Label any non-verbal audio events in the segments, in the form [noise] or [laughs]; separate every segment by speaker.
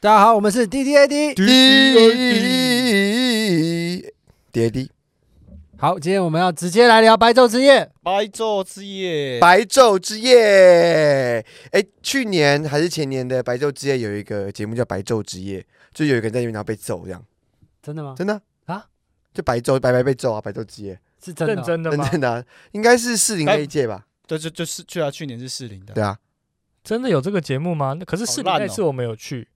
Speaker 1: 大家好，我们是 D D A D。
Speaker 2: 滴滴滴，
Speaker 1: 好，今天我们要直接来聊白昼之夜。
Speaker 3: 白昼之夜，
Speaker 2: 白昼之夜。哎，去年还是前年的白昼之夜有一个节目叫《白昼之夜》，就有一个人在那边然后被揍，这样
Speaker 1: 真的吗？
Speaker 2: 真的
Speaker 1: 啊？
Speaker 2: 就白昼白白被揍啊，白昼之夜，
Speaker 1: 是真的哦、
Speaker 4: 认真的
Speaker 2: 真
Speaker 4: 吗？
Speaker 2: 正的啊应该是四零那一届吧？
Speaker 3: 对，就就是去啊，去年是适龄
Speaker 4: 哎
Speaker 3: 的，
Speaker 2: 对啊，
Speaker 4: 真的有这个节目吗？那可是
Speaker 3: 好
Speaker 4: 是
Speaker 3: 烂
Speaker 4: 那次
Speaker 3: 哦
Speaker 4: 我没有去，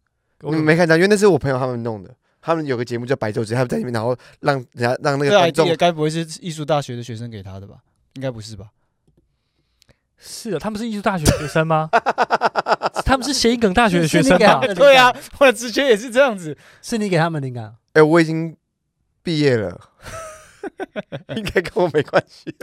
Speaker 4: 我
Speaker 2: 我们嗯没看到，因为那是我朋友他们弄的。他们有个节目叫《白昼之夜》，他们在里面，然后让人家让那个
Speaker 4: 啊
Speaker 3: 这
Speaker 2: 观众
Speaker 3: idea 啊该不会是艺术大学的学生给他的吧？应该不是吧？
Speaker 4: 是啊，他们是艺术大学学生吗？他们是谐音梗大学的
Speaker 1: 是
Speaker 4: 学
Speaker 1: 是
Speaker 4: 生
Speaker 1: 你给他
Speaker 3: [laughs]
Speaker 4: 吧
Speaker 1: 们？的灵感
Speaker 3: 对啊，，我的直觉也是这样子。
Speaker 1: 是你给他们灵感。
Speaker 2: 哎、我已经毕业了， [laughs] 应该跟我没关系。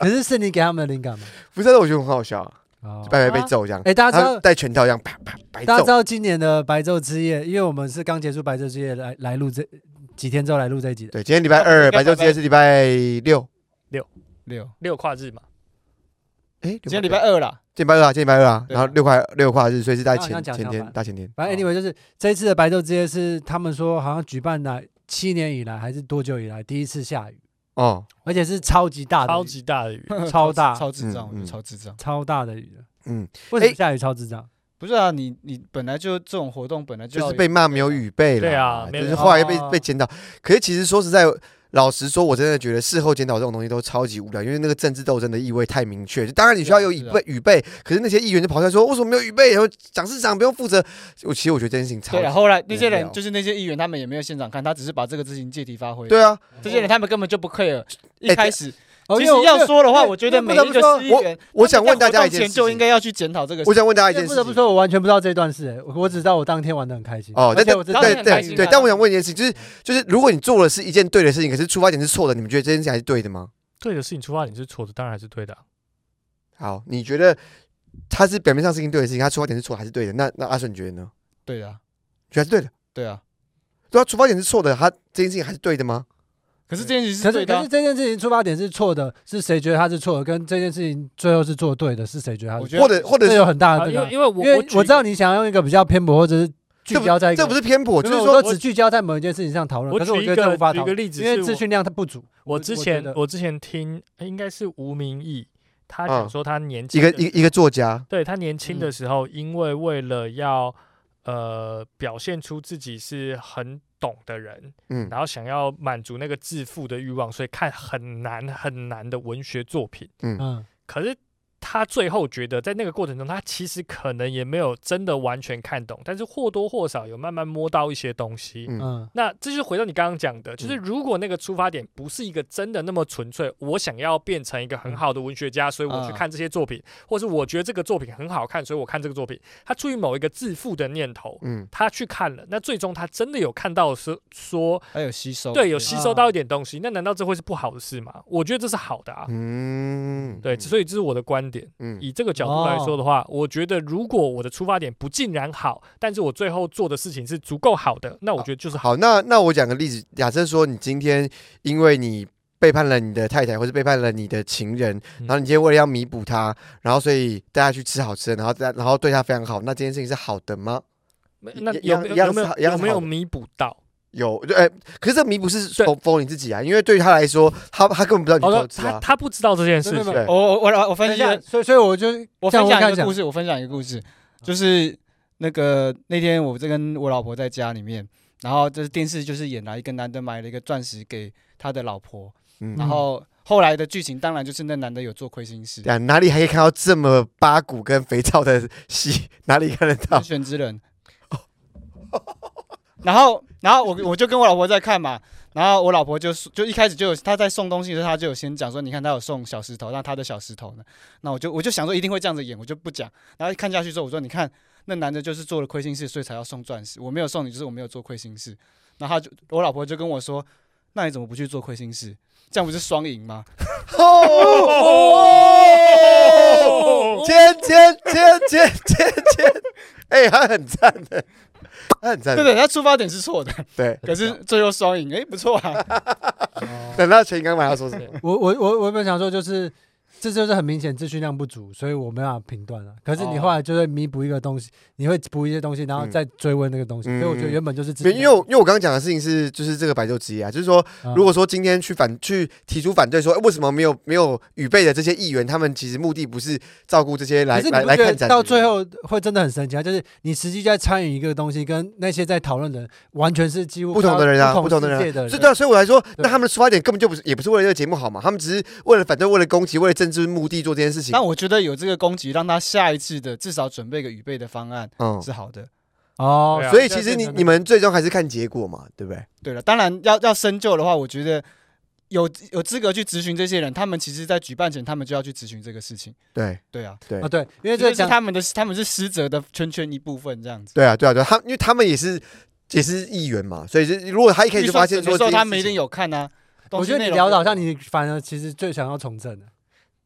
Speaker 1: 可是是你给他们的灵感吗？
Speaker 2: 不是，但我觉得很好笑啊，
Speaker 1: 哦
Speaker 2: 就，白白被揍这样。
Speaker 1: 哎、大家知
Speaker 2: 他
Speaker 1: 道，
Speaker 2: 带拳套这样啪啪白
Speaker 1: 大家知
Speaker 2: 揍。
Speaker 1: 道今年的白昼之夜，因为我们是刚结束白昼之夜来来录这几天之后来录这一集的。
Speaker 2: 对，今天礼拜二，
Speaker 3: 应
Speaker 2: 白
Speaker 3: 该
Speaker 2: 昼之夜是礼拜六。
Speaker 3: 六，
Speaker 4: 六跨日嘛，
Speaker 2: 哎，
Speaker 3: 今天礼拜，二啦，
Speaker 2: 今天礼拜二啊，今天礼拜二啊，
Speaker 3: 对
Speaker 2: 然后六块六块日，所以是在
Speaker 1: 刚
Speaker 2: 前
Speaker 1: 刚讲
Speaker 2: 前
Speaker 1: 相
Speaker 2: 天
Speaker 1: 反
Speaker 2: 大前天。
Speaker 1: 反正 anyway 就是这一次的白昼之夜是他们说好像举办了七年以来还是多久以来第一次下雨，
Speaker 2: 哦，
Speaker 1: 而且是超级大的雨
Speaker 4: 嗯超级大的雨，
Speaker 1: 超大
Speaker 3: 超智障，
Speaker 2: 嗯
Speaker 3: 我觉得
Speaker 2: 嗯
Speaker 3: 超智障。
Speaker 1: 超大的雨。
Speaker 2: 嗯，
Speaker 1: 为什么
Speaker 2: 哎
Speaker 1: 下雨超智障？
Speaker 3: 不是啊，你你本来就这种活动本来就
Speaker 2: 就是
Speaker 3: 要
Speaker 2: 被骂没有雨备了，
Speaker 4: 对啊没
Speaker 2: 就
Speaker 4: 人
Speaker 2: 是后来被
Speaker 1: 哦
Speaker 2: 被检讨。可是其实说实在，老实说，我真的觉得事后检讨这种东西都超级无聊，因为那个政治斗争的意味太明确。就当然你需要有
Speaker 3: 是啊
Speaker 2: 雨
Speaker 3: 是啊
Speaker 2: 备雨备，可是那些议员就跑出来说为什么没有雨备，然后蒋市长不用负责。我其实我觉得这件事情超
Speaker 3: 对啊，
Speaker 2: 级
Speaker 3: 后来那些
Speaker 2: 无
Speaker 3: 人
Speaker 2: 聊
Speaker 3: 就是那些议员，他们也没有现场看，他只是把这个事情借题发挥。，
Speaker 2: 对啊，
Speaker 3: 这些人他们根本就不 care。一
Speaker 2: 哎
Speaker 3: 开始，
Speaker 1: 哦
Speaker 3: 其
Speaker 1: 因为
Speaker 3: 实
Speaker 1: 我
Speaker 3: 要说的话，
Speaker 1: 因为
Speaker 3: 我觉得每
Speaker 1: 因为
Speaker 3: 一
Speaker 1: 不得
Speaker 3: 个
Speaker 1: 不说
Speaker 3: 市议员，
Speaker 2: 我想问大家一件
Speaker 3: 他们在活动
Speaker 2: 事
Speaker 3: 前就
Speaker 2: 情
Speaker 3: 应该要去检讨这个
Speaker 2: 我
Speaker 3: 事。
Speaker 2: 想问大家一
Speaker 1: 因为
Speaker 2: 件
Speaker 1: 不
Speaker 2: 事
Speaker 1: 得不
Speaker 2: 情。
Speaker 1: 说，我完全不知道这段事、哎我我只知道我当天玩的很开心。
Speaker 2: 哦，
Speaker 1: 而
Speaker 2: 但
Speaker 1: 且
Speaker 2: 但
Speaker 1: 我知
Speaker 3: 当
Speaker 1: 道
Speaker 2: 对
Speaker 3: 然很开
Speaker 2: 对
Speaker 3: 心
Speaker 2: 对，
Speaker 3: 啊
Speaker 2: 但我想问一件事，就是就是，如果你做的是一件对的事情，可是出发点是错的，你们觉得这件事情还是对的吗？
Speaker 4: 对的事情出发点是错的，当然还是对的啊。
Speaker 2: 好，你觉得他是表面上是一件对的事情，他出发点是错的还是对的？那那阿顺你觉得呢？
Speaker 3: 对啊，
Speaker 2: 觉得是对的，
Speaker 3: 对啊。
Speaker 2: 对啊，出发点是错的，他这件事情还是对的吗？
Speaker 3: 可是这件事情
Speaker 1: 可
Speaker 3: 是
Speaker 1: 是可
Speaker 3: 对的啊
Speaker 1: 是，这件事情出发点是错的，是谁觉得他是错的？跟这件事情最后是做对的，是谁觉得他
Speaker 3: 我
Speaker 1: 是？
Speaker 3: 觉得
Speaker 2: 或者或者
Speaker 1: 这
Speaker 2: 是
Speaker 1: 有很大的
Speaker 4: 啊
Speaker 1: 对
Speaker 4: 因为
Speaker 1: 吧？
Speaker 4: 因为我
Speaker 1: 因为
Speaker 4: 举
Speaker 1: 我知道你想要用一个比较偏颇，或者是聚
Speaker 2: 这不
Speaker 1: 焦在一个
Speaker 2: 这不是偏颇，
Speaker 1: 没
Speaker 2: 就
Speaker 1: 有
Speaker 2: 是
Speaker 1: 我说
Speaker 2: 说
Speaker 1: 只聚焦在某一件事情上讨论，
Speaker 4: 我
Speaker 1: 可是我
Speaker 4: 举一
Speaker 1: 觉得这无
Speaker 4: 个
Speaker 1: 法
Speaker 4: 举
Speaker 1: 讨
Speaker 4: 一个
Speaker 1: 论，
Speaker 4: 例子
Speaker 1: 因
Speaker 4: 是我，
Speaker 1: 为资讯量它不足。
Speaker 4: 我之前
Speaker 1: 觉得
Speaker 4: 我之前听呃应该是吴明义，他讲
Speaker 2: 嗯
Speaker 4: 说他年轻
Speaker 2: 一个
Speaker 4: 的
Speaker 2: 一个一个作家，
Speaker 4: 对他年轻
Speaker 3: 嗯
Speaker 4: 的时候，因为为了要呃表现出自己是很懂的人，
Speaker 2: 嗯
Speaker 4: 然后想要满足那个致富的欲望，所以看很难很难的文学作品。
Speaker 1: 嗯，
Speaker 4: 可是他最后觉得，在那个过程中，他其实可能也没有真的完全看懂，但是或多或少有慢慢摸到一些东西。
Speaker 2: 嗯
Speaker 1: 嗯，
Speaker 4: 那这就回到你刚刚讲的，就是如果那个出发点不是一个真的那么纯粹，我想要变成一个
Speaker 2: 嗯
Speaker 4: 很好的文学家，所以我去
Speaker 3: 嗯
Speaker 4: 看这些作品，或是我觉得这个作品很好看，所以我看这个作品。他出于某一个自负的念头，
Speaker 2: 嗯
Speaker 4: 他去看了，那最终他真的有看到说说，
Speaker 3: 还有吸收，啊
Speaker 4: 对，有吸收
Speaker 2: 啊
Speaker 4: 到一点东西，那难道这会是不好的事吗？我觉得这是好的啊。
Speaker 2: 嗯，哦
Speaker 4: 对，所以这是我的观点。
Speaker 2: 嗯
Speaker 4: 以这个角度来说的话，我觉得如果我的出发点不尽然好，但是我最后做的事情是足够好的，那我觉得就是好。
Speaker 2: 好，那那我讲个例子，假设说你今天因为你背叛了你的太太，或是背叛了你的情人，
Speaker 4: 嗯
Speaker 2: 然后你今天为了要弥补他，然后所以带他去吃好吃的，然后带然后对他非常好，那这件事情是好的吗？
Speaker 4: 没那
Speaker 2: 一
Speaker 4: 有
Speaker 2: 样
Speaker 4: 没
Speaker 2: 一
Speaker 4: 有
Speaker 2: 样
Speaker 4: 有没
Speaker 2: 是好一
Speaker 4: 有
Speaker 2: 样
Speaker 4: 有
Speaker 2: 是
Speaker 4: 没有
Speaker 2: 好的
Speaker 4: 弥补到？
Speaker 2: 有，哎、可是这弥补是
Speaker 4: 对
Speaker 2: 否否你自己啊？因为对于他来说，他他根本不知道你
Speaker 3: 哦
Speaker 4: 好
Speaker 2: 偷
Speaker 4: 的，
Speaker 2: 吃啊
Speaker 4: 哦他。他不知道这件事
Speaker 1: 真的
Speaker 4: 情
Speaker 1: 吗。
Speaker 2: 对
Speaker 3: 我我我我分
Speaker 1: 等
Speaker 3: 析
Speaker 1: 一
Speaker 3: 一下
Speaker 1: 下，所以所以我就
Speaker 3: 我
Speaker 1: 这样
Speaker 3: 分享一个
Speaker 1: 看
Speaker 3: 故事，我分享一个故事，就是那个那天我在跟我老婆在家里面，然后就是电视就是演了一个男的买了一个钻石给他的老婆，
Speaker 2: 嗯，
Speaker 3: 然后后来的剧情当然就是那男的有做亏心事，
Speaker 2: 对啊，哪里还可以看到这么八股跟肥皂的戏？哪里看得到
Speaker 3: [laughs] 人？选之人。然后，然后我我就跟我老婆在看嘛，然后我老婆就说就一开始就有她在送东西的时候，她就有先讲说，你看她有送小石头，那她的小石头呢？那我就我就想说一定会这样子演，我就不讲。然后看下去之后，我说你看那男的就是做了亏心事，所以才要送钻石，我没有送你，就是我没有做亏心事。然后她就我老婆就跟我说，那你怎么不去做亏心事？这样不是双赢吗？
Speaker 2: 哦，签签签签签签， [laughs] 哎，他很赞的，他很赞
Speaker 3: 对
Speaker 2: 的，
Speaker 3: 对，她出发点是错的，
Speaker 2: 对。
Speaker 3: 可是最后双赢，哎，不错啊。
Speaker 1: 哦
Speaker 2: [laughs] 等到钱刚买他说什么？
Speaker 1: 我我我我有没有想说，就是这就是很明显资讯量不足，所以我没办法评断了。可是你
Speaker 3: 哦
Speaker 1: 后来就会弥补一个东西，你会补一些东西，然后
Speaker 2: 嗯
Speaker 1: 再追问那个东西。所以我觉得
Speaker 2: 嗯
Speaker 1: 原本就是资
Speaker 2: 没
Speaker 1: 讯
Speaker 2: 因
Speaker 1: 量，
Speaker 2: 为我因为我刚刚讲的事情是，就是这个白昼之夜啊，就是说，
Speaker 1: 嗯
Speaker 2: 如果说今天去反去提出反对说，哎为什么没有没有预备的这些议员，他们其实目的不是照顾这些来
Speaker 1: 可是你
Speaker 2: 来
Speaker 1: 不
Speaker 2: 来
Speaker 1: 觉
Speaker 2: 看
Speaker 1: 得
Speaker 2: 展，
Speaker 1: 到最，后会真的很神奇啊？就是你实际在参与一个东西，跟那些在讨论的人完全是几乎
Speaker 2: 不同的人啊
Speaker 1: 不
Speaker 2: 不同的
Speaker 1: 世
Speaker 2: 人啊
Speaker 1: 界的人。
Speaker 2: 所以对啊，所以我来说，那
Speaker 1: 对
Speaker 2: 他们的出发点根本就不是也不是为了这个节目好嘛，他们只是为了反对、为了攻击、为了政治目的做这件事情
Speaker 3: 但。我觉得有这个攻击，让他下一次的至少准备个预备的方案
Speaker 2: 嗯，
Speaker 3: 是好的。
Speaker 1: 哦
Speaker 4: 对，啊
Speaker 2: 所以其实你
Speaker 1: 现在变成
Speaker 2: 你们最终还是看结果嘛，对不对？
Speaker 3: 对了，当然要要深究的话，我觉得有有资格去咨询这些人，他们其实在举办前，他们就要去咨询这个事情。
Speaker 2: 对
Speaker 3: 对啊，
Speaker 2: 对
Speaker 1: 啊，对，因为
Speaker 3: 这
Speaker 1: 这
Speaker 3: 是
Speaker 1: 讲
Speaker 3: 他们的，他们是失责的圈圈一部分这样子。
Speaker 2: 对啊，对啊，对啊，他因为他们也是也是议员嘛，所以是如果他一开始就发现说
Speaker 3: 说
Speaker 2: 这件
Speaker 3: 他
Speaker 2: 事
Speaker 3: 们一
Speaker 2: 情
Speaker 3: 定有看啊。
Speaker 1: 我
Speaker 3: 东
Speaker 1: 觉
Speaker 3: 西
Speaker 1: 得你
Speaker 3: 内容
Speaker 1: 聊
Speaker 3: 不
Speaker 1: 到
Speaker 3: 一
Speaker 1: 像
Speaker 3: 样
Speaker 1: 你反而其实最想要从政的，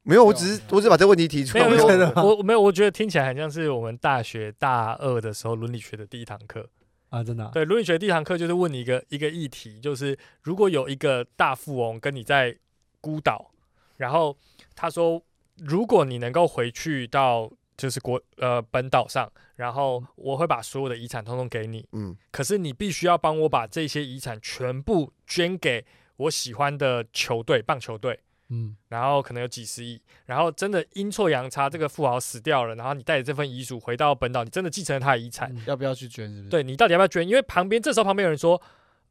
Speaker 2: 没有，我只是我只是把哦这个问啊题提出
Speaker 4: 哦
Speaker 2: 来。
Speaker 4: 没有，
Speaker 2: 我
Speaker 4: 没
Speaker 2: 觉
Speaker 1: 真
Speaker 2: 得
Speaker 1: 的
Speaker 4: 有
Speaker 1: 吗
Speaker 4: 我我没有，我觉得听起来很像是我们大学大二的时候伦理学的第一堂课。
Speaker 1: 啊，真的啊、
Speaker 4: 对，伦理学第一堂课就是问你一个一个议题，就是如果有一个大富翁跟你在孤岛，然后他说，如果你能够回去到就是国呃本岛上，然后我会把所有的遗产通通给你，
Speaker 2: 嗯，
Speaker 4: 可是你必须要帮我把这些遗产全部捐给我喜欢的球队，棒球队。
Speaker 1: 嗯，
Speaker 4: 然后可能有几十亿，然后真的阴错阳差，这个富豪死掉了，然后你带着这份遗嘱回到本岛，你真的继承了他的遗产，
Speaker 1: 嗯
Speaker 3: 要不要去捐，是不是？，
Speaker 4: 对你到底要不要捐？因为旁边这时候旁边有人说，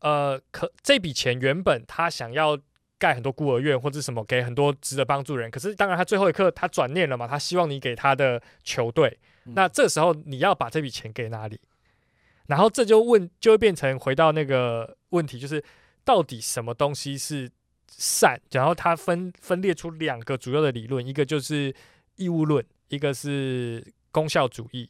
Speaker 4: 呃，可这笔钱原本他想要盖很多孤儿院或者什么，给很多值得帮助人，可是当然他最后一刻他转念了嘛，他希望你给他的球队，
Speaker 3: 嗯
Speaker 4: 那这时候你要把这笔钱给哪里？然后这就问，就会变成回到那个问题，就是到底什么东西是善？然后它分分裂出两个主要的理论，一个就是义务论，一个是功效主义，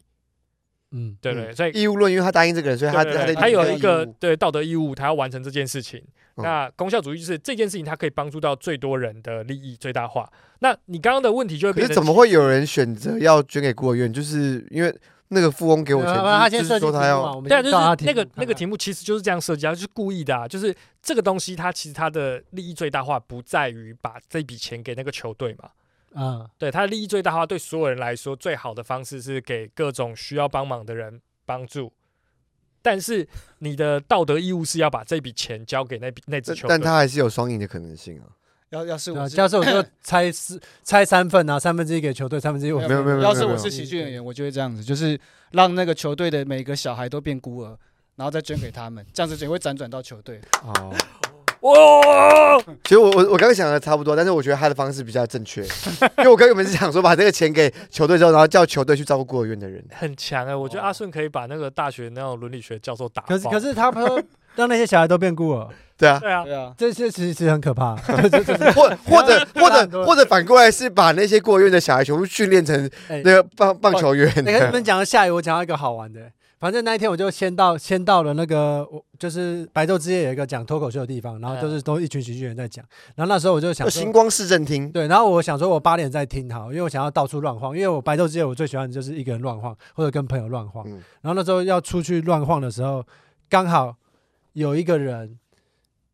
Speaker 1: 嗯，
Speaker 4: 对不对？所以
Speaker 2: 义务论，因为他答应这个人，所以他
Speaker 4: 对对
Speaker 2: 他
Speaker 4: 对
Speaker 2: 的
Speaker 4: 他有一
Speaker 3: 义
Speaker 4: 个
Speaker 3: 务
Speaker 4: 对道德义务，他要完成这件事情。
Speaker 2: 嗯
Speaker 4: 那功效主义就是这件事情，它可以帮助到最多人的利益最大化。那你刚刚的问题就会
Speaker 2: 可
Speaker 4: 变
Speaker 2: 是
Speaker 4: 成
Speaker 2: 怎么会有人选择要捐给孤儿院？就是因为那个富翁给我钱，
Speaker 1: 啊他
Speaker 2: 就
Speaker 1: 先
Speaker 2: 是
Speaker 1: 设计
Speaker 2: 说
Speaker 1: 题
Speaker 2: 他
Speaker 1: 目嘛，
Speaker 2: 要
Speaker 1: 我们
Speaker 4: 对啊，
Speaker 1: 先
Speaker 4: 就
Speaker 1: 照他
Speaker 4: 是那个
Speaker 1: 目
Speaker 4: 那个
Speaker 1: 看
Speaker 4: 题目其实就是这样设计啊，就是故意的啊，就是这个东西它其实它的利益最大化不在于把这笔钱给那个球队嘛，
Speaker 1: 看啊，
Speaker 4: 对，它的利益最大化对所有人来说最好的方式是给各种需要帮忙的人帮助，但是你的道德义务是要把这笔钱交给那笔那支
Speaker 2: 但
Speaker 4: 球队
Speaker 2: 但，他还是有双赢的可能性啊。
Speaker 3: 要要是
Speaker 1: 对
Speaker 3: 我
Speaker 1: 啊，
Speaker 3: 是
Speaker 1: 教授我就拆 [laughs] 四拆三份啊，三分之一给球队，三分之一我
Speaker 3: 没
Speaker 1: 们
Speaker 2: 没有没有没有
Speaker 3: 要是
Speaker 2: 没
Speaker 3: 我
Speaker 2: 有
Speaker 3: 是喜剧演员，我就会这样子，就是让那个球队的每个小孩都变孤儿，然后再捐给他们，这样子也会辗转到球队。
Speaker 2: 哦，
Speaker 4: 哇，
Speaker 2: 其实我我我刚刚想的差不多，但是我觉得他的方式比较正确， [laughs] 因为我刚原本是想说把这个钱给球队之后，然后叫球队去照顾孤儿院的人。
Speaker 4: 很强哎、我觉得
Speaker 3: 哦
Speaker 4: 阿顺可以把那个大学那种伦理学教授打爆，
Speaker 1: 可是可是他说让那些小孩都变孤儿，
Speaker 2: 对啊， [laughs]
Speaker 4: 对啊，
Speaker 3: 对啊，
Speaker 1: 这些其实其实很可 [laughs] 怕，就就就是
Speaker 2: 或或者
Speaker 1: 不要
Speaker 2: 或
Speaker 1: 让很多
Speaker 2: 者
Speaker 1: 人
Speaker 2: 或者反过来是把那些孤儿院的小孩全部训练成
Speaker 1: 哎
Speaker 2: 那个棒棒球员。
Speaker 1: 你跟你 [laughs] 们讲到下雨，我讲到一个好玩的。反正那一天我就先到先到了那个，我就是白昼之夜有一个讲脱口秀的地方，然后就是都一群喜剧人在讲。然后那时候我就想
Speaker 2: 就
Speaker 1: 说
Speaker 2: [laughs] 星光市政厅，
Speaker 1: 对，然后我想说，我八点再听好，因为我想要到处乱晃，因为我白昼之夜我最喜欢的就是一个人乱晃，或者跟朋友乱晃。
Speaker 2: 嗯
Speaker 1: 然后那时候要出去乱晃的时候，刚好有一个人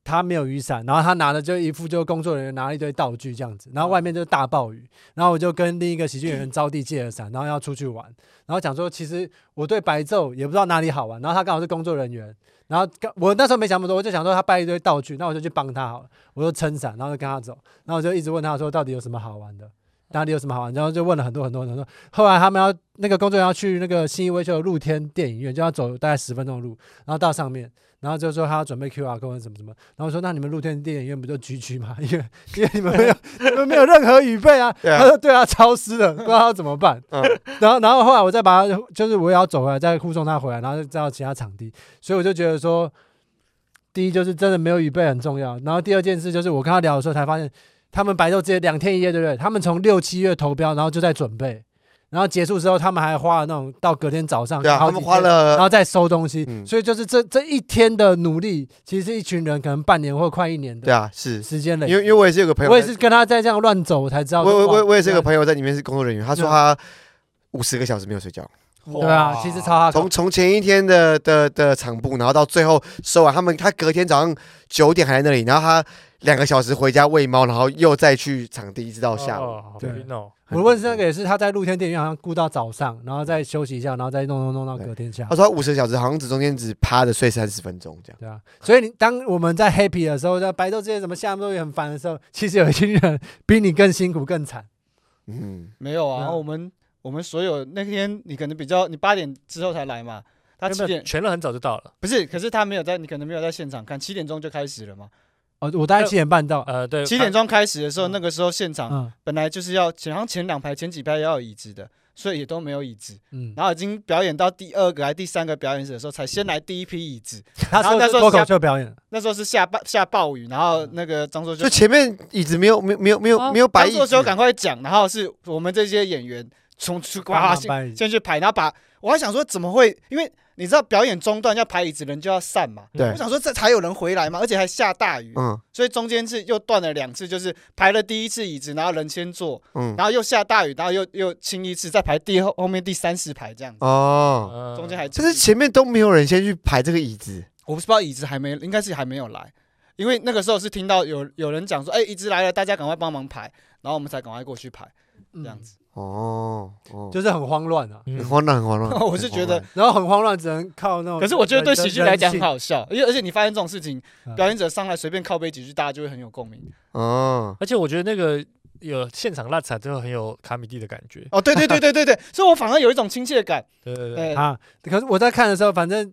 Speaker 1: 他没有雨伞，然后他拿的就一副就工作人员拿了一堆道具这样子，然后外面就是大暴雨，然后我就跟另一个喜剧演员招娣借了伞，然后要出去玩，然后讲说其实我对白昼也不知道哪里好玩，然后他刚好是工作人员。然后刚我那时候没想那么多，我就想说他带一堆道具，那我就去帮他好了，我就撑伞，然后就跟他走，然后我就一直问他说到底有什么好玩的，哪里有什么好玩，然后就问了很多很多很多，后来他们要那个工作人员要去那个新义威秀的露天电影院，就要走大概十分钟的路，然后到上面，然后就说他要准备 QR code 什么什么，然后说那你们露天电影院不就居居吗？ [laughs] 因为因为你们没有你们没有任何雨备啊。
Speaker 2: 对
Speaker 1: 他
Speaker 2: 啊，
Speaker 1: 说对啊，潮湿了，不知道要怎么办。
Speaker 2: 嗯
Speaker 1: [laughs] 然后然后后来我再把他就是我也要走回来，再护送他回来，然后再到其他场地，所以我就觉得说，第一就是真的没有雨备很重要，然后第二件事就是我跟他聊的时候才发现，他们白昼之夜两天一夜，对不对？他们从六七月投标，然后就在准备，然后结束之后，他们还花了那种到隔天早上，
Speaker 2: 对啊，他
Speaker 1: 好几
Speaker 2: 们
Speaker 1: 天
Speaker 2: 花
Speaker 1: 然
Speaker 2: 了
Speaker 1: 后再收东西，
Speaker 2: 嗯
Speaker 1: 所以就是这这一天的努力，其实是一群人可能半年或快一年
Speaker 2: 对
Speaker 1: 的
Speaker 2: 啊，是
Speaker 1: 时间累积。
Speaker 2: 因为因为我也是有个朋友，
Speaker 1: 我也是跟他在这样乱走，我才知道
Speaker 2: 我
Speaker 1: 说。
Speaker 2: 我
Speaker 1: 哇
Speaker 2: 我我也是有个
Speaker 1: 原来
Speaker 2: 朋友在里面是工作人员，他说
Speaker 1: 嗯
Speaker 2: 他五十个小时没有睡觉，
Speaker 1: 对啊，其实超好搞，
Speaker 2: 从从前一天的的的场部，然后到最后收完，他们他隔天早上九点还在那里，然后他两个小时回家喂猫，然后又再去场地一直到下午。
Speaker 4: 哦好
Speaker 1: 对
Speaker 4: 晕哦
Speaker 1: 我问是那个也是他在露天电影院好像顾到早上，然后再休息一下，然后再弄弄弄到隔天下
Speaker 2: 他。说五十小时好像只中间只趴着睡三十分钟这样。
Speaker 1: 对啊，所以你当我们在 happy 的时候，在白昼之夜怎么下面都也很烦的时候，其实有一些人比你更辛苦更惨。
Speaker 2: 嗯，
Speaker 3: 没有啊，
Speaker 1: 嗯
Speaker 3: 我们我们所有那天你可能比较，你八点之后才来嘛，他
Speaker 4: 没有
Speaker 3: 七
Speaker 4: 没有
Speaker 3: 点
Speaker 4: 全乐很早就到了，
Speaker 3: 不是，可是他没有在，你可能没有在现场看，七点钟就开始了嘛。
Speaker 1: 哦，我大概七点半到，
Speaker 4: 呃，对，
Speaker 3: 七点钟开始的时候，
Speaker 4: 嗯
Speaker 3: 那个时候现场
Speaker 1: 嗯
Speaker 3: 本来就是要前，好像前两排、前几排要有椅子的，所以也都没有椅子。
Speaker 1: 嗯，
Speaker 3: 然后已经表演到第二个还第三个表演者的时候，才先来第一批椅子。
Speaker 1: 他
Speaker 3: 然后
Speaker 1: 说的
Speaker 3: 那时
Speaker 1: 是脱
Speaker 3: 候
Speaker 1: 口
Speaker 3: 下
Speaker 1: 秀表演，
Speaker 3: 那时候是下暴下暴雨，然后那个张硕就
Speaker 2: 就前面椅子没有没有没有没有没有摆
Speaker 3: 张
Speaker 2: 椅
Speaker 3: 硕
Speaker 2: 子
Speaker 3: 就，赶快讲，然后是我们这些演员从出呱呱先
Speaker 1: 班
Speaker 3: 先去排，然后把我还想说怎么会，因为你知道表演中断要排椅子，人就要散嘛。
Speaker 2: 对
Speaker 3: 我，想说这才有人回来嘛，而且还下大雨，
Speaker 2: 嗯
Speaker 3: 所以中间是又断了两次，就是排了第一次椅子，然后人先坐，
Speaker 2: 嗯，
Speaker 3: 然后又下大雨，然后又又清一次，再排第后后面第三十排这样子，
Speaker 2: 哦，
Speaker 4: 嗯
Speaker 3: 中间还
Speaker 2: 这是前面都没有人先去排这个椅子，
Speaker 3: 我不知道椅子还没，应该是还没有来，因为那个时候是听到有有人讲说，哎、椅子来了，大家赶快帮忙排，然后我们才赶快过去排
Speaker 2: 嗯
Speaker 3: 这样子。
Speaker 2: 哦哦，
Speaker 1: 嗯就是很慌乱啊。
Speaker 4: 嗯
Speaker 2: 很慌乱，
Speaker 1: [laughs]
Speaker 2: 很慌乱。
Speaker 3: 我是觉得
Speaker 2: 很慌乱，
Speaker 1: 然后很慌乱，只能靠那种。
Speaker 3: 可是我觉得对喜剧来讲很
Speaker 1: 好，
Speaker 3: 好笑，因为而且你发现这种事情
Speaker 1: 嗯，
Speaker 3: 表演者上来随便靠背几句，大家就会很有共鸣。
Speaker 2: 哦，
Speaker 4: 而且我觉得那个有现场辣彩，真的很有卡米蒂的感觉。
Speaker 3: 哦，对对对对对对，所以我反而有一种亲切感。
Speaker 4: 对对对，
Speaker 3: 对，
Speaker 1: 啊。可是我在看的时候，反正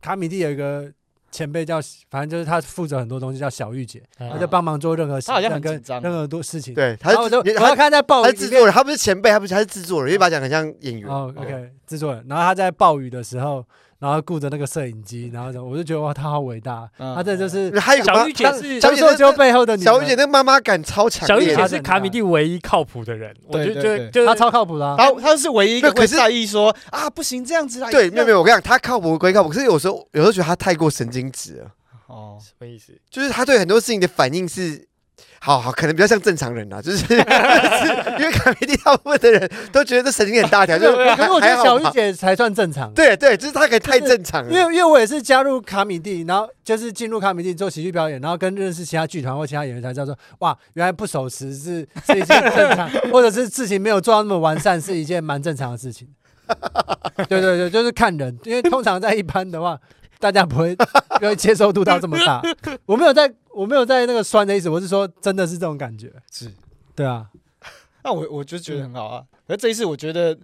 Speaker 1: 卡米蒂有一个前辈叫，反正就是他负责很多东西，叫小玉姐，
Speaker 4: 嗯
Speaker 1: 她就帮忙做任何事，
Speaker 3: 她好像很
Speaker 1: 跟
Speaker 3: 紧张啊
Speaker 1: 任何多事情。
Speaker 2: 对，他
Speaker 1: 然后我
Speaker 2: 是
Speaker 1: 就
Speaker 2: 制
Speaker 1: 我
Speaker 2: 他
Speaker 1: 要看在暴
Speaker 2: 他
Speaker 1: 雨
Speaker 2: 是
Speaker 1: 里
Speaker 2: 制
Speaker 1: 面
Speaker 2: 作人，他不是前辈，他不是他是制作人，因为把他讲很像演员。
Speaker 1: 啊哦
Speaker 2: 对
Speaker 1: ，OK，制作人。然后他在暴雨的时候，然后顾着那个摄影机，然后就我就觉得哇，他好伟大，
Speaker 3: 嗯
Speaker 1: 他这就
Speaker 2: 因
Speaker 1: 是
Speaker 2: 为还有个妈
Speaker 4: 小玉姐是
Speaker 2: 小
Speaker 1: 张
Speaker 2: 玉姐
Speaker 1: 寿秋背后的女
Speaker 2: 小玉姐
Speaker 1: 人，
Speaker 2: 那个妈妈感超强
Speaker 4: 小玉
Speaker 2: 烈
Speaker 1: 她
Speaker 4: 姐
Speaker 2: 的，
Speaker 4: 是
Speaker 1: 很
Speaker 4: 卡米蒂唯一靠谱的人，我就
Speaker 3: 对对
Speaker 4: 觉得
Speaker 3: 对
Speaker 4: 就是
Speaker 1: 她超靠谱的啊。
Speaker 3: 他他是唯一一
Speaker 2: 没
Speaker 3: 个
Speaker 2: 有可
Speaker 3: 会
Speaker 2: 是
Speaker 3: 在意说啊，不行这样子啦。
Speaker 2: 对，
Speaker 3: 这
Speaker 2: 没有
Speaker 3: 样
Speaker 2: 没有，我跟你讲，她靠谱归靠谱，可是有时候有时候觉得她太过神经质了，
Speaker 3: 哦，
Speaker 4: 什么意思？
Speaker 2: 就是她对很多事情的反应是。好好，可能比较像正常人啦，就是
Speaker 1: [laughs]
Speaker 2: 就是因为卡梅蒂大部分的人都觉得这神经很大条，就是
Speaker 1: 啊可是我觉
Speaker 2: 还
Speaker 1: 得
Speaker 2: 好
Speaker 1: 小玉
Speaker 2: 吧
Speaker 1: 姐才算正常，
Speaker 2: 对对，就是她可以太
Speaker 1: 就是
Speaker 2: 正常
Speaker 3: 嗯
Speaker 1: 因为
Speaker 2: 了，
Speaker 1: 因为我也是加入卡米蒂，然后就是进入卡米蒂做喜剧表演，然后跟认识其他剧团或其他演员才知道说，哇，原来不守时是是一件正
Speaker 3: [laughs]
Speaker 1: 常，或者是事情没有做到那么完善是一件蛮正常的事情。对对对，就是看人，因为通常在一般的话，大家不会不会接受度到这么
Speaker 3: [laughs]
Speaker 1: 大。我没有在我没有在那个酸的意思，我是说真的是这种感觉。
Speaker 3: 是。
Speaker 1: 对啊，
Speaker 3: 那我我就觉得很好啊。可是这一次我觉得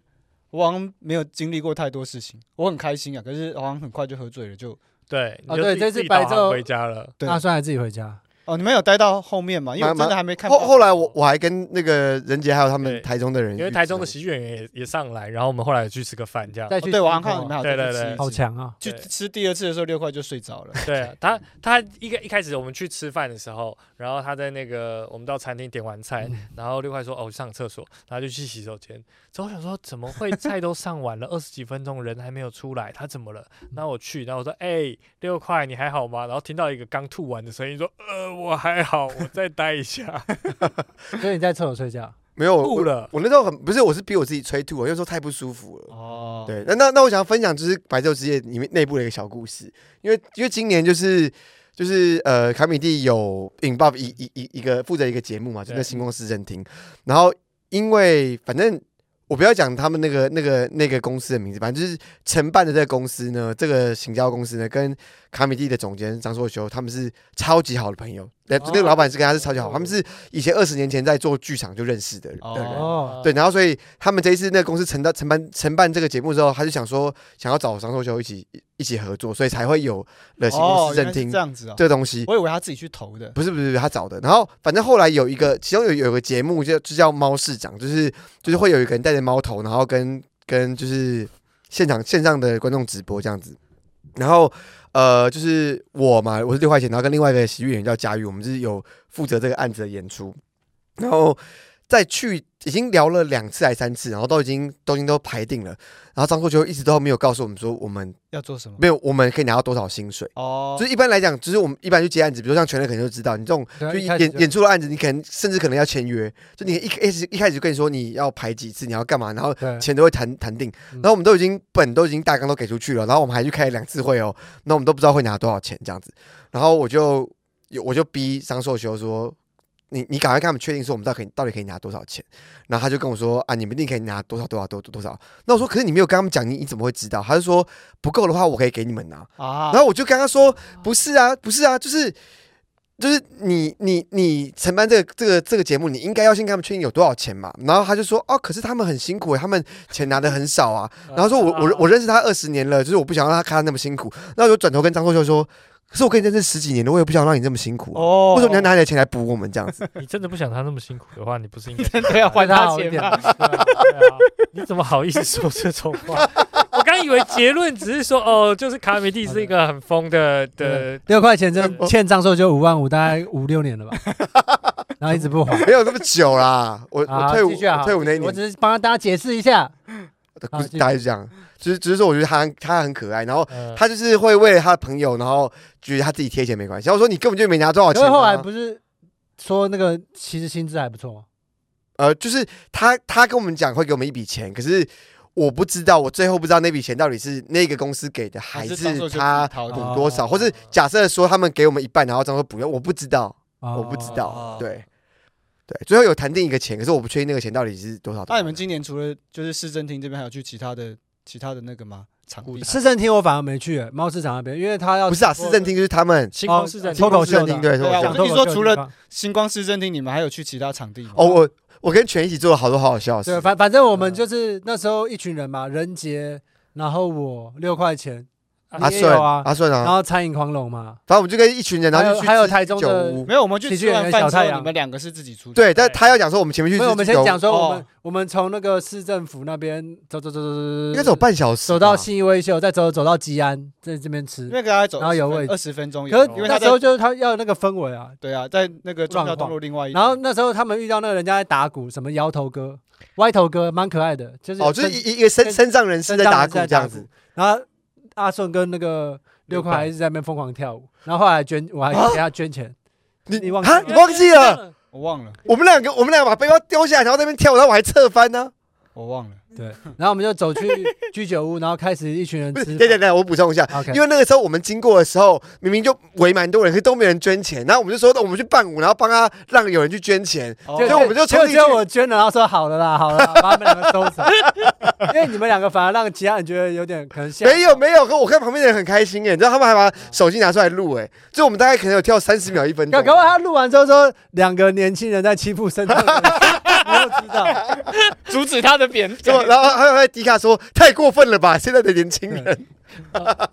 Speaker 3: 我好像没有经历过太多事情，我很开心啊。可是好像很快就喝醉了，就
Speaker 4: 对，你
Speaker 1: 哦
Speaker 4: 就
Speaker 1: 对
Speaker 4: 自己
Speaker 1: 这次
Speaker 4: 自己导
Speaker 1: 白
Speaker 4: 航
Speaker 1: 昼
Speaker 4: 回家了。
Speaker 3: 对
Speaker 1: 那算还自己回家。
Speaker 3: 哦，你们有待到后面嘛？因为我
Speaker 2: 蛮
Speaker 3: 真的还没看
Speaker 2: 后
Speaker 3: 报。
Speaker 2: 后来我我还跟那个任杰还有他
Speaker 4: 对
Speaker 2: 们台中的人，
Speaker 4: 因为台中的喜剧演员也也上来，然后我们后来有去吃个饭，这样。
Speaker 1: 再
Speaker 3: 哦
Speaker 1: 去
Speaker 3: 对，我
Speaker 1: 网
Speaker 3: 好像看到你们好像
Speaker 4: 对对对
Speaker 1: 好强
Speaker 3: [laughs]
Speaker 1: 啊！
Speaker 3: 去
Speaker 4: 对
Speaker 3: 吃第二次的时候，六块就睡着了。
Speaker 4: 对他，他一个一开始我们去吃饭的时候，然后他在那个我们到餐厅点完菜，然后六块说哦上厕所，然后就去洗手间。之后我想说怎么会菜都上完了，二 [laughs] 十几分钟人还没有出来，他怎么了？然后我去，然后我说哎、六块你还好吗？然后听到一个刚吐完的声音说呃我还好，我再待一下，
Speaker 1: 所以你在厕所睡觉。
Speaker 2: 没有
Speaker 4: 吐
Speaker 2: 我
Speaker 4: 了。
Speaker 2: 我那时候很不是，我是逼我自己催吐，我那啊时候太不舒服了。
Speaker 3: 哦，
Speaker 2: 对，那那那我想分享就是《白昼之夜》里面内部的一个小故事，因为因为今年就是就是呃，卡米蒂有 involve 一一一一个负责一个节目嘛，就
Speaker 4: 对
Speaker 2: 在星光市政厅，然后因为反正。我不要讲他们那个、那个、那个公司的名字，反正就是承办的这个公司呢，这个行销公司呢，跟卡米蒂的总监张硕修他们是超级好的朋友，那、
Speaker 3: 哦
Speaker 2: 那个老板是跟他是超级好，他们是以前二十年前在做剧场就认识的人。
Speaker 3: 哦
Speaker 2: 的人
Speaker 4: 呃
Speaker 1: 哦，
Speaker 2: 对，然后所以他们这一次那个公司承担承办承办这个节目之后，他就想说想要找张寿修一起一起合作，所以才会有了新公
Speaker 3: 哦，
Speaker 2: 司
Speaker 3: 原
Speaker 2: 认
Speaker 3: 来是
Speaker 2: 听
Speaker 3: 这样子哦。
Speaker 2: 这个东西。
Speaker 3: 我以为他自己去投的。
Speaker 2: 不是不是不是他找的，然后反正后来有一个，其中有有个节目就就叫猫市长，就是就是会有一个人戴着猫头，然后跟跟就是现场线上的观众直播这样子，然后呃就是我嘛，我是六块钱，然后跟另外一个喜剧演员叫佳玉，我们是有负责这个案子的演出，然后在去已经聊了两次还三次，然后都已经都已经都排定了，然后张硕就一直都没有告诉我们说我们
Speaker 3: 要做什么？
Speaker 2: 没有我们可以拿到多少薪水。
Speaker 3: 哦，
Speaker 2: 就是一般来讲，就是我们一般去接案子，比如说像全类，可能就知道你这种
Speaker 1: 对啊
Speaker 2: 就
Speaker 1: 一开
Speaker 2: 演
Speaker 1: 始就
Speaker 2: 演出的案子，你可能甚至可能要签约，就你一开始一开始就跟你说你要排几次，你要干嘛，然后
Speaker 1: 对
Speaker 2: 钱都会谈谈定，
Speaker 1: 嗯
Speaker 2: 然后我们都已经本都已经大纲都给出去了，然后我们还去开了两次会哦，那我们都不知道会拿多少钱这样子，然后我就有我就逼张寿修说。你你赶快跟他们确定说我们到底可以到底可以拿多少钱，然后他就跟我说啊，你们一定可以拿多少多少多多多少。那我说可是你没有跟他们讲，你你怎么会知道？他就说不够的话我可以给你们拿。
Speaker 3: 啊，
Speaker 2: 然后我就跟他说：“不是啊，不是啊，就是就是你你你承办这个这个这个节目，你应该要先跟他们确定有多少钱嘛。”然后他就说：“哦，可是他们很辛苦欸，他们钱拿的很少啊。”然后说我我我认识他二十年了，就是我不想让他看他那么辛苦。那我就转头跟张硕修说：“可是我跟你认识十几年了，我也不想让你这么辛苦、啊。”
Speaker 3: 哦，
Speaker 2: 为什么你要拿你的钱来补我们这
Speaker 1: [laughs]
Speaker 2: 样子？
Speaker 4: 你真的不想他那么辛苦的话，你不是应该
Speaker 3: [laughs] 对啊，还
Speaker 1: 对他
Speaker 3: 他
Speaker 1: 好一
Speaker 3: 钱 [laughs]
Speaker 1: 点
Speaker 3: 吧？
Speaker 4: 对啊对啊你怎么好意思说这种话？ [laughs] 我刚以为结论只是说，哦，就是卡米蒂是一个很疯的的，
Speaker 1: 六块钱
Speaker 2: 呃
Speaker 1: 真的欠账寿就五万五，大概五六年了
Speaker 2: [laughs]
Speaker 1: 吧，然后一直不还。
Speaker 2: 没有那么久啦，我我
Speaker 1: 啊
Speaker 2: 退伍、
Speaker 1: 继续啊
Speaker 2: 我退伍那一
Speaker 1: 我
Speaker 2: 年，
Speaker 1: 只是帮大家解释一下，
Speaker 2: 故
Speaker 1: 继续
Speaker 2: 大概是这样。只是只是说，我觉得他很他很可爱，然后
Speaker 4: 嗯
Speaker 2: 他就是会为了他的朋友，然后觉得他自己贴钱没关系。然后我说你根本就没拿多少
Speaker 1: 可
Speaker 2: 钱、
Speaker 1: 是
Speaker 2: 啊。
Speaker 1: 后来不是说那个其实薪资还不错吗？
Speaker 2: 呃，就是他他跟我们讲会给我们一笔钱，可是我不知道，我最后不知道那笔钱到底是那个公司给的，还
Speaker 3: 还是
Speaker 2: 是
Speaker 3: 张硕修
Speaker 2: 他
Speaker 3: 自己掏的
Speaker 2: 补多少，
Speaker 1: 哦
Speaker 2: 或是假设说他们给我们一半，然后张硕补用，我不知道，
Speaker 1: 哦
Speaker 2: 我不知道
Speaker 3: 哦，
Speaker 2: 对。对，最后有谈定一个钱，可是我不确定那个钱到底是多少。
Speaker 3: 那你们今年除了就是市政厅这边，还有去其他的其他的那个吗？场地？
Speaker 1: 市政厅我反而没去、欸，猫市场那边，因为他要
Speaker 2: 不是啊，市政厅就是他们
Speaker 4: 星空市政
Speaker 1: 脱口
Speaker 2: 市
Speaker 1: 秀
Speaker 2: 政
Speaker 1: 的
Speaker 2: 厅
Speaker 1: 啊，
Speaker 2: 对，是
Speaker 3: 对啊
Speaker 2: 我
Speaker 1: 讲
Speaker 2: 讲
Speaker 1: 脱
Speaker 3: 我是
Speaker 1: 口
Speaker 3: 说
Speaker 1: 秀
Speaker 3: 除
Speaker 1: 的
Speaker 3: 了
Speaker 1: 地方
Speaker 3: 星光市政厅，你们还有去其他场地吗？
Speaker 2: 哦，我我跟全一起做了好多好好笑的事
Speaker 1: 对，。反反正
Speaker 2: 嗯
Speaker 1: 我们就是那时候一群人嘛，任杰，然后我六块钱，
Speaker 2: 阿
Speaker 1: 你也
Speaker 2: 顺
Speaker 1: 有啊
Speaker 2: 阿顺啊
Speaker 1: 然，后餐饮狂龙嘛，
Speaker 2: 反正我们就跟一群人，然后就去
Speaker 1: 还有还有
Speaker 2: 吃
Speaker 1: 台中
Speaker 2: 酒
Speaker 1: 的
Speaker 2: 屋。
Speaker 3: 没有，我们去
Speaker 1: 喜剧
Speaker 3: 吃
Speaker 1: 演
Speaker 3: 完
Speaker 1: 员
Speaker 3: 饭
Speaker 1: 小
Speaker 3: 之后
Speaker 1: 太，阳
Speaker 3: 你们两个是自己出去。
Speaker 2: 对，但他要讲说我们前面去
Speaker 1: 没有，我们
Speaker 2: 吃
Speaker 1: 先
Speaker 2: 酒
Speaker 1: 讲
Speaker 2: 屋，
Speaker 1: 说我
Speaker 3: 哦
Speaker 1: 们、我们从那个市政府那边走走走走走
Speaker 2: 应
Speaker 1: 走，
Speaker 2: 该走半小时吧，
Speaker 1: 走到信义威秀，再走走到吉安，在这边吃
Speaker 3: 因。为给他走，
Speaker 1: 然后有位置
Speaker 3: 二十分钟
Speaker 1: 可
Speaker 3: 有，
Speaker 1: 是
Speaker 3: 因为他
Speaker 1: 那
Speaker 3: 在
Speaker 1: 时候就是他要那个氛围啊，
Speaker 3: 对啊，在那个中
Speaker 1: 状
Speaker 3: 孝
Speaker 1: 况
Speaker 3: 东路另
Speaker 2: 哎
Speaker 3: 外一，
Speaker 1: 然后那时候他们遇到那个人家在打鼓，什么摇头哥、歪头哥，蛮可爱的，就是
Speaker 2: 哦，就是
Speaker 1: 身
Speaker 2: 一一个身
Speaker 1: 身
Speaker 2: 身障人士
Speaker 1: 身
Speaker 2: 在
Speaker 1: 障
Speaker 2: 打
Speaker 1: 人
Speaker 2: 鼓
Speaker 1: 士在
Speaker 2: 这样
Speaker 1: 打鼓
Speaker 2: 子，
Speaker 1: 然后阿顺跟那个六块还一直在那边疯狂跳舞，然后后来捐，我还给他捐钱，
Speaker 2: 你
Speaker 1: 你忘记
Speaker 2: 啊
Speaker 1: 了
Speaker 2: 你忘记了？
Speaker 3: 我忘了，
Speaker 2: 我们两个我们两个把背包丢下来，然后在那边跳舞，然后我还侧
Speaker 1: [laughs]
Speaker 2: 翻呢。
Speaker 3: 我忘了。
Speaker 1: 对，然后我们就走
Speaker 2: [laughs]
Speaker 1: 去居酒屋，然后开始一群人
Speaker 2: 不是，
Speaker 1: 吃
Speaker 2: 等一下等一下，我补充一下。
Speaker 1: ，OK，
Speaker 2: 因为那个时候我们经过的时候，明明就围蛮多人，可是都没人捐钱。然后我们就说，哦那我们去伴舞，然后帮他让有人去捐钱。
Speaker 3: 哦
Speaker 2: 所以我们就
Speaker 1: 结果
Speaker 2: 冲进
Speaker 1: 结
Speaker 2: 去
Speaker 1: 果我捐了，然后说好了啦，好了啦，把他们两个收
Speaker 2: [laughs]
Speaker 1: 走，因为你们两个反而让其他人觉得有点可能吓
Speaker 2: 没有没有，可我看旁边的人很开心哎，你知道他们还把手机拿出来录哎，就我们大概可能有跳三十秒一分
Speaker 1: 搞
Speaker 2: 钟。
Speaker 1: 搞不好他录完之后说两个年轻人在欺负身障人
Speaker 2: [laughs]
Speaker 1: 士，没有知道。
Speaker 4: 阻止他的贬
Speaker 2: 结果然后还有在迪卡说太过分了吧，现在的年轻人。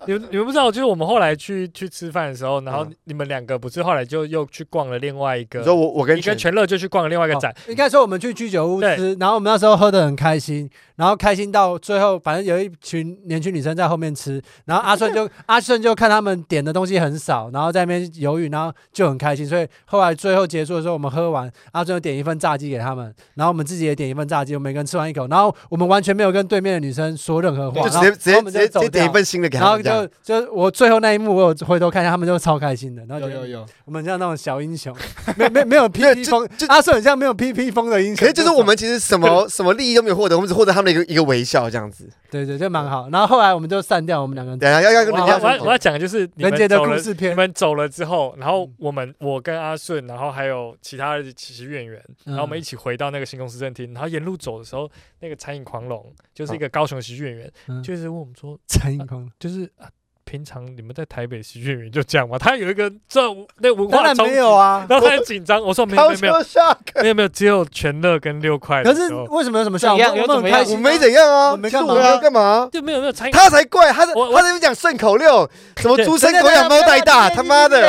Speaker 4: 你们你们不知道，就是我们后来去去吃饭的时候，然后
Speaker 2: 嗯
Speaker 4: 你们两个不是后来就又去逛了另外一个
Speaker 2: 你，说我我跟
Speaker 4: 你跟
Speaker 2: 全
Speaker 4: 全乐就去逛了另外一个展，
Speaker 1: 哦应该说我们去居酒屋
Speaker 4: 对
Speaker 1: 吃，然后我们那时候喝的很开心，然后开心到最后，反正有一群年轻女生在后面吃，然后阿顺
Speaker 2: [laughs]
Speaker 1: 就阿顺就看他们点的东西很少，然后在那边犹豫，然后就很开心，所以后来最后结束的时候，我们喝完，阿顺就点一份炸鸡给他们，然后我们自己也点一份炸鸡，我们每个人吃完一口，然后我们完全没有跟对面的女生说任何话，
Speaker 2: 就
Speaker 1: 然
Speaker 2: 直
Speaker 1: 后
Speaker 2: 接
Speaker 1: 然
Speaker 2: 直
Speaker 1: 后
Speaker 2: 接
Speaker 1: 我们就
Speaker 2: 直接直
Speaker 1: 走
Speaker 2: 接点一
Speaker 1: 掉。
Speaker 2: 份新的给
Speaker 1: 然
Speaker 2: 他
Speaker 1: 后
Speaker 2: 们这样。
Speaker 1: 就就我最后那一幕，我有回头看一下，他们就超开心的，然后
Speaker 3: 有
Speaker 1: 觉得
Speaker 3: 有有，
Speaker 1: 我们像那种小英雄，没没
Speaker 2: [laughs]
Speaker 1: 没有 PP
Speaker 2: 就
Speaker 1: 风
Speaker 2: 就，
Speaker 1: 阿顺很像没有 PP 风的英雄。
Speaker 2: 可是就是我们其实什么什么利益都没有获得，我们只获得他们的一个一个微笑这样子。
Speaker 1: 对对，就蛮好。然后后来我们就散掉，我们两个人。
Speaker 2: 等一下要要跟
Speaker 4: 我
Speaker 2: 人家
Speaker 4: 要我要我
Speaker 2: 说
Speaker 4: 要，讲的就是你
Speaker 1: 人杰
Speaker 4: 们
Speaker 1: 的
Speaker 4: 走
Speaker 1: 故
Speaker 4: 了，
Speaker 1: 事
Speaker 4: 你
Speaker 1: 片，
Speaker 4: 们走了之后，然后我们我跟阿顺，然后还有其他的喜剧演员，然后我们一起回到那个星空市政厅，然后沿路走的时候，那个餐饮狂龙就是一个高雄的喜剧演员，
Speaker 1: 嗯
Speaker 4: 就是问我们说，
Speaker 1: 陈映空，
Speaker 4: 就是、啊、平常你们在台北喜剧演员就这样吗？ [laughs] 他有一个这那文
Speaker 1: 当
Speaker 4: 化
Speaker 1: 然
Speaker 4: 冲
Speaker 1: 没有
Speaker 4: 啊。
Speaker 1: 啊。
Speaker 4: 然后他很紧张，我说没有
Speaker 2: 超
Speaker 4: 没有没有
Speaker 2: 超下，
Speaker 4: 没有没有，只有全乐跟六块
Speaker 1: 可
Speaker 4: 的
Speaker 1: 是
Speaker 4: 时候。
Speaker 1: 为什么有什么效？我
Speaker 3: 怎样
Speaker 1: 们
Speaker 3: 有
Speaker 1: 我
Speaker 3: 怎
Speaker 1: 们
Speaker 3: 么
Speaker 1: 很开
Speaker 3: 样
Speaker 2: 我
Speaker 1: 心啊。
Speaker 2: 没怎样啊，
Speaker 1: 我没干嘛
Speaker 2: 其实我要干嘛？
Speaker 4: 就没有没有餐饮
Speaker 2: 他才怪，他在
Speaker 4: 我我
Speaker 2: 他在那边讲顺口溜，什么猪生狗养猫太大，他妈的，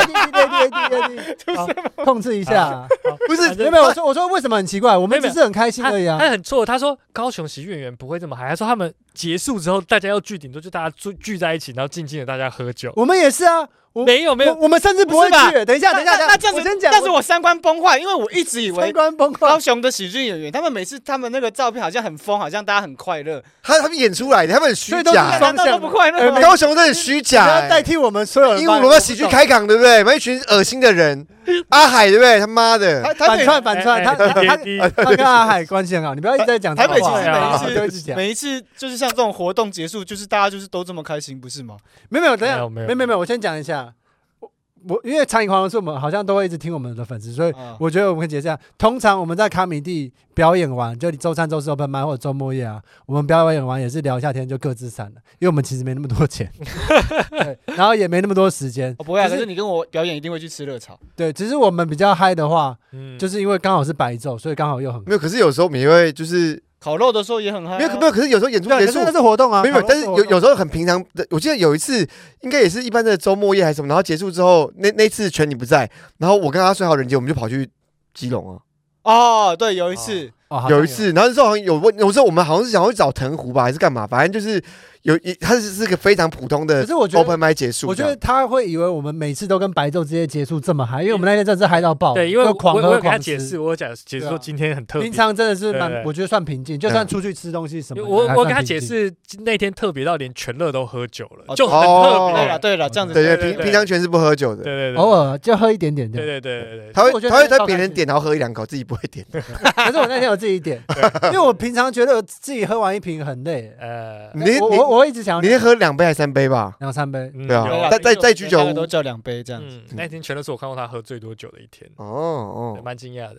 Speaker 3: [laughs]
Speaker 1: 的！控制一
Speaker 3: 啊
Speaker 1: 下，
Speaker 2: 不是
Speaker 4: 反
Speaker 1: 没
Speaker 4: 正
Speaker 1: 有没有，我说我说为什么很奇怪？我们只是很开心
Speaker 4: 他
Speaker 1: 而已啊
Speaker 4: 他。很错，他说高雄喜剧演员不会这么嗨，他说他们结束之后大家要聚，顶多就大家聚聚在一起，然后静静的大家喝酒。
Speaker 1: 我们也是啊，我
Speaker 4: 没有没有，
Speaker 1: 我我们甚至不会
Speaker 3: 不是吧
Speaker 1: 去。等一下，等一下，
Speaker 3: 那那这样
Speaker 1: 我
Speaker 3: 子，
Speaker 1: 先讲，
Speaker 3: 但是我三观崩坏，因为我一直以
Speaker 1: 三
Speaker 3: 为
Speaker 1: 观崩
Speaker 3: 高
Speaker 1: 溃。
Speaker 3: 雄的喜剧演员，他们每次他们那个照片好像很疯，好像大家很快乐，
Speaker 2: 他他们演出来的，他们很虚
Speaker 1: 所以都是
Speaker 2: 假
Speaker 1: 双双，
Speaker 3: 难道啊都不快乐啊
Speaker 1: 呃
Speaker 3: 吗？
Speaker 2: 高雄都很虚假、
Speaker 1: 你要代
Speaker 2: 欸。
Speaker 1: 替我们所有人帮你，
Speaker 2: 因为我们要喜剧开港，对不对？我们一群恶心的人，阿海，对不对？他妈的，
Speaker 3: 台台
Speaker 1: 反
Speaker 3: 北
Speaker 1: 串反串，他他他
Speaker 4: 滴
Speaker 1: 他跟阿海关系很好，你不要一直在讲
Speaker 3: 台
Speaker 1: 他
Speaker 3: 北
Speaker 1: 不
Speaker 3: 其
Speaker 1: 好。
Speaker 4: 好啊
Speaker 3: 实
Speaker 1: 都
Speaker 3: 每
Speaker 1: 一
Speaker 3: 一
Speaker 1: 直
Speaker 3: 次
Speaker 1: 讲，
Speaker 3: 每一次就是像这种活动结束，就是大家就是都这么开心，不是吗？
Speaker 1: 没有没有，等一
Speaker 4: 没
Speaker 1: 下，
Speaker 4: 有
Speaker 1: 没
Speaker 4: 没
Speaker 1: 有
Speaker 4: 有
Speaker 1: 没有没有，我先讲一下。我我因为餐饮狂人是我们好像都会一直听我们的粉丝，所以
Speaker 3: 啊，
Speaker 1: 我觉得我们可以解释一下。通常我们在卡米蒂表演完，就你周三、周四 open 麦或者周末夜啊，我们表演完也是聊一下天就各自散了，因为我们其实没那么多钱，对然后也没那么多时间。
Speaker 3: 哦不会啊，
Speaker 1: 就
Speaker 3: 可
Speaker 1: 是
Speaker 3: 是你跟我表演一定会去吃热炒，
Speaker 1: 对，只是我们比较嗨的话，
Speaker 4: 嗯，
Speaker 1: 就是因为刚好是白昼，所以刚好又很
Speaker 2: 没有。可是有时候我们也会就是
Speaker 3: 烤肉的时候也很嗨啊。
Speaker 2: 没有，没有。可是有时候演出
Speaker 1: 呃对啊，可
Speaker 2: 结束
Speaker 1: 是，那是活动啊，
Speaker 2: 没有，没有但是
Speaker 1: 活
Speaker 2: 有
Speaker 1: 动
Speaker 2: 有时候很平常的。我记得有一次，应该也是一般的周末夜还是什么，然后结束之后，那那次全你不在，然后我跟阿顺还有人杰，我们就跑去基隆啊。
Speaker 3: 哦，对，有一次
Speaker 1: 哦好像
Speaker 2: 有一次，然后那时候好像有问，有时候我们好像是想要去找藤壶吧，还是干嘛？反正就是有一，它是是个非常普通
Speaker 1: 可
Speaker 2: 的
Speaker 1: 是我觉得
Speaker 2: 呃 open m i 结束
Speaker 1: 我
Speaker 2: 这
Speaker 1: 觉
Speaker 2: 样。
Speaker 1: 得他会以为我们每次都跟白昼之夜结束这么嗨，因为我们那天真的是嗨到爆，
Speaker 4: 对，因为
Speaker 1: 就
Speaker 4: 我
Speaker 1: 狂
Speaker 4: 我我
Speaker 1: 喝
Speaker 4: 有给他
Speaker 1: 狂
Speaker 4: 解
Speaker 1: 吃
Speaker 4: 释，。我有讲解释
Speaker 1: 对
Speaker 4: 说
Speaker 1: 啊
Speaker 4: 今天很特别
Speaker 1: 平，常真的是蛮
Speaker 4: 对，对
Speaker 1: 我觉得算平静，就算出去吃东西什么的，
Speaker 4: 我
Speaker 1: 还
Speaker 4: 我
Speaker 1: 算
Speaker 4: 跟他
Speaker 1: 平
Speaker 4: 解
Speaker 1: 静，
Speaker 4: 释那天特别到连全乐都喝酒了，
Speaker 3: 哦
Speaker 4: 就很特
Speaker 2: 哦
Speaker 3: 对
Speaker 4: 别
Speaker 3: 了，。对了，这样子
Speaker 2: 对对
Speaker 4: 对
Speaker 2: 平
Speaker 4: 对
Speaker 2: 平常全是不喝酒的，
Speaker 4: 对对对，
Speaker 1: 偶尔就喝一点点这
Speaker 4: 对
Speaker 1: 样。
Speaker 4: 对对对对
Speaker 2: 他
Speaker 1: 所以我觉得
Speaker 2: 会他会
Speaker 1: 这个
Speaker 2: 在
Speaker 1: 倒
Speaker 2: 别
Speaker 1: 开
Speaker 2: 人
Speaker 1: 始
Speaker 2: 点，然后喝一两口，自己不会点。
Speaker 1: 可是我那天有自己
Speaker 4: [laughs]
Speaker 1: 点，因为我平常觉得自己喝完一瓶很累，
Speaker 4: 呃，
Speaker 2: 你那
Speaker 1: 我
Speaker 2: 你
Speaker 1: 我我会一直想要
Speaker 2: 你那喝两杯还三杯吧？
Speaker 1: 两三杯，
Speaker 4: 嗯
Speaker 2: 对啊
Speaker 4: 有
Speaker 3: 对啦
Speaker 2: 在在
Speaker 3: 因为
Speaker 2: 在
Speaker 3: 我
Speaker 2: 居酒屋
Speaker 3: 大概都叫两杯这样子。
Speaker 4: 嗯，那天全乐是我看过他喝最多酒的一天，
Speaker 2: 哦哦
Speaker 4: 对，蛮惊讶的。